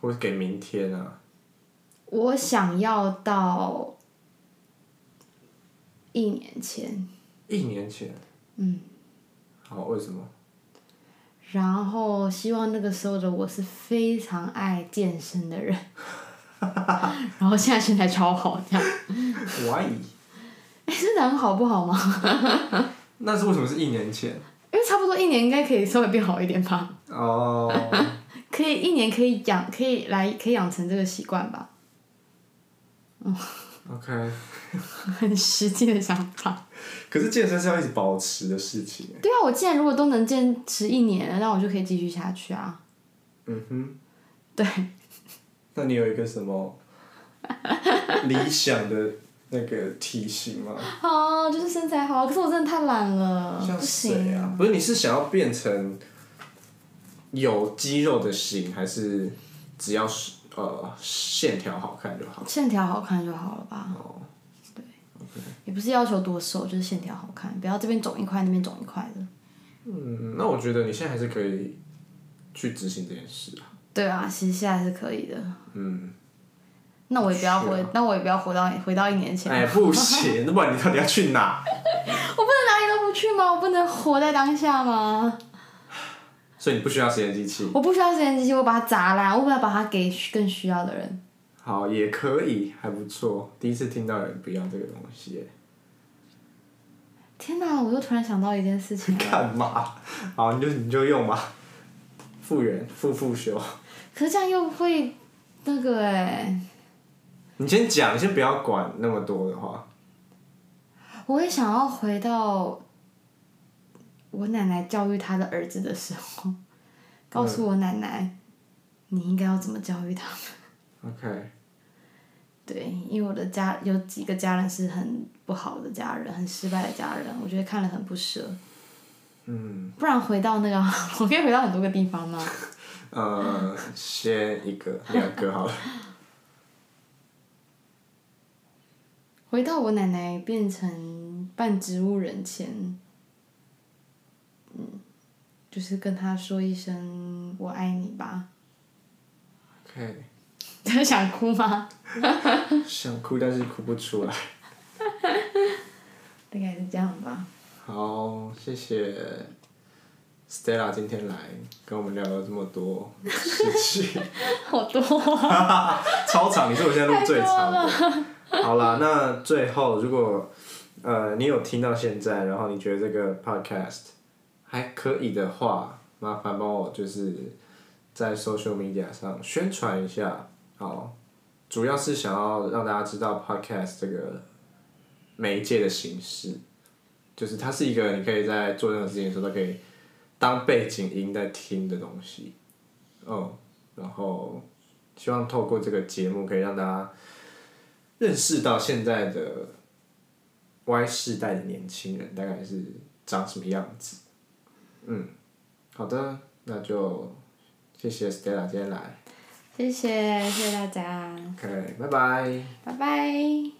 A: 或者给明天啊，
B: 我想要到一年前，
A: 一年前。
B: 嗯。
A: 好，为什么？
B: 然后希望那个时候的我是非常爱健身的人， 然后现在身材超好，这样，
A: 怀疑。
B: 哎，身材很好不好吗？
A: 那是为什么是一年前？
B: 因为差不多一年应该可以稍微变好一点吧，
A: 哦，
B: 可以一年可以养，可以来可以养成这个习惯吧，
A: OK，
B: 很实际的想法。
A: 可是健身是要一直保持的事情欸。
B: 对啊，我既然如果都能坚持一年了，那我就可以继续下去啊。
A: 嗯哼，
B: 对，
A: 那你有一个什么理想的那个体型吗？
B: 哦，就是身材好，可是我真的太懒了，
A: 像
B: 哦不
A: 谁
B: 行
A: 啊？不是，你是想要变成有肌肉的型，还是只要是呃线条好看就好？
B: 线条好看就好了吧。
A: 哦
B: 对，也不是要求多瘦，就是线条好看，不要这边肿一块，那边肿一块的。
A: 嗯，那我觉得你现在还是可以去执行这件事啊。
B: 对啊，其实现在是可以的。
A: 嗯，
B: 那我也不要
A: 是啊
B: 回，那我也不要回到回到一年前，
A: 哎、不 行，那不然你到底要去哪？
B: 我不能哪里都不去吗？我不能活在当下吗？
A: 所以你不需要实验机器。
B: 我不需要时间机器，我把它砸烂，我要把它给更需要的人。
A: 好，也可以，还不错。第一次听到有人不要这个东西 耶，
B: 天哪！我又突然想到一件事情了，
A: 干嘛？好，你就你就用吧。复原复复修，
B: 可是这样又会那个哎、
A: 你先讲，你先不要管那么多的话。
B: 我也想要回到我奶奶教育她的儿子的时候，告诉我奶奶，你应该要怎么教育他们。
A: OK，
B: 对，因为我的家有几个家人是很不好的家人，很失败的家人，我觉得看了很不舍。
A: 嗯
B: 不然回到那个， 我可以回到很多个地方吗？
A: 呃，先一个两个好了。
B: 回到我奶奶变成半植物人前，嗯，就是跟她说一声“我爱你”吧。
A: OK，
B: 她想哭吗？
A: 想哭但是哭不出来。
B: 大概是这样吧。
A: 好，谢谢 Stella 今天来跟我们聊了这么多事情，
B: 好多、哦，
A: 超长，你是我现在录最长的。好啦，那最后如果呃你有听到现在，然后你觉得这个 podcast 还可以的话，麻烦帮我就是在 social media 上宣传一下，好，主要是想要让大家知道 podcast 这个媒介的形式。就是它是一个你可以在做任何事情的时候都可以当背景音在听的东西，嗯，然后希望透过这个节目可以让大家认识到现在的 Y 世代的年轻人大概是长什么样子，嗯，好的，那就谢谢 Stella 今天来
B: 谢谢谢谢大家，
A: ，OK，拜拜。
B: 拜拜。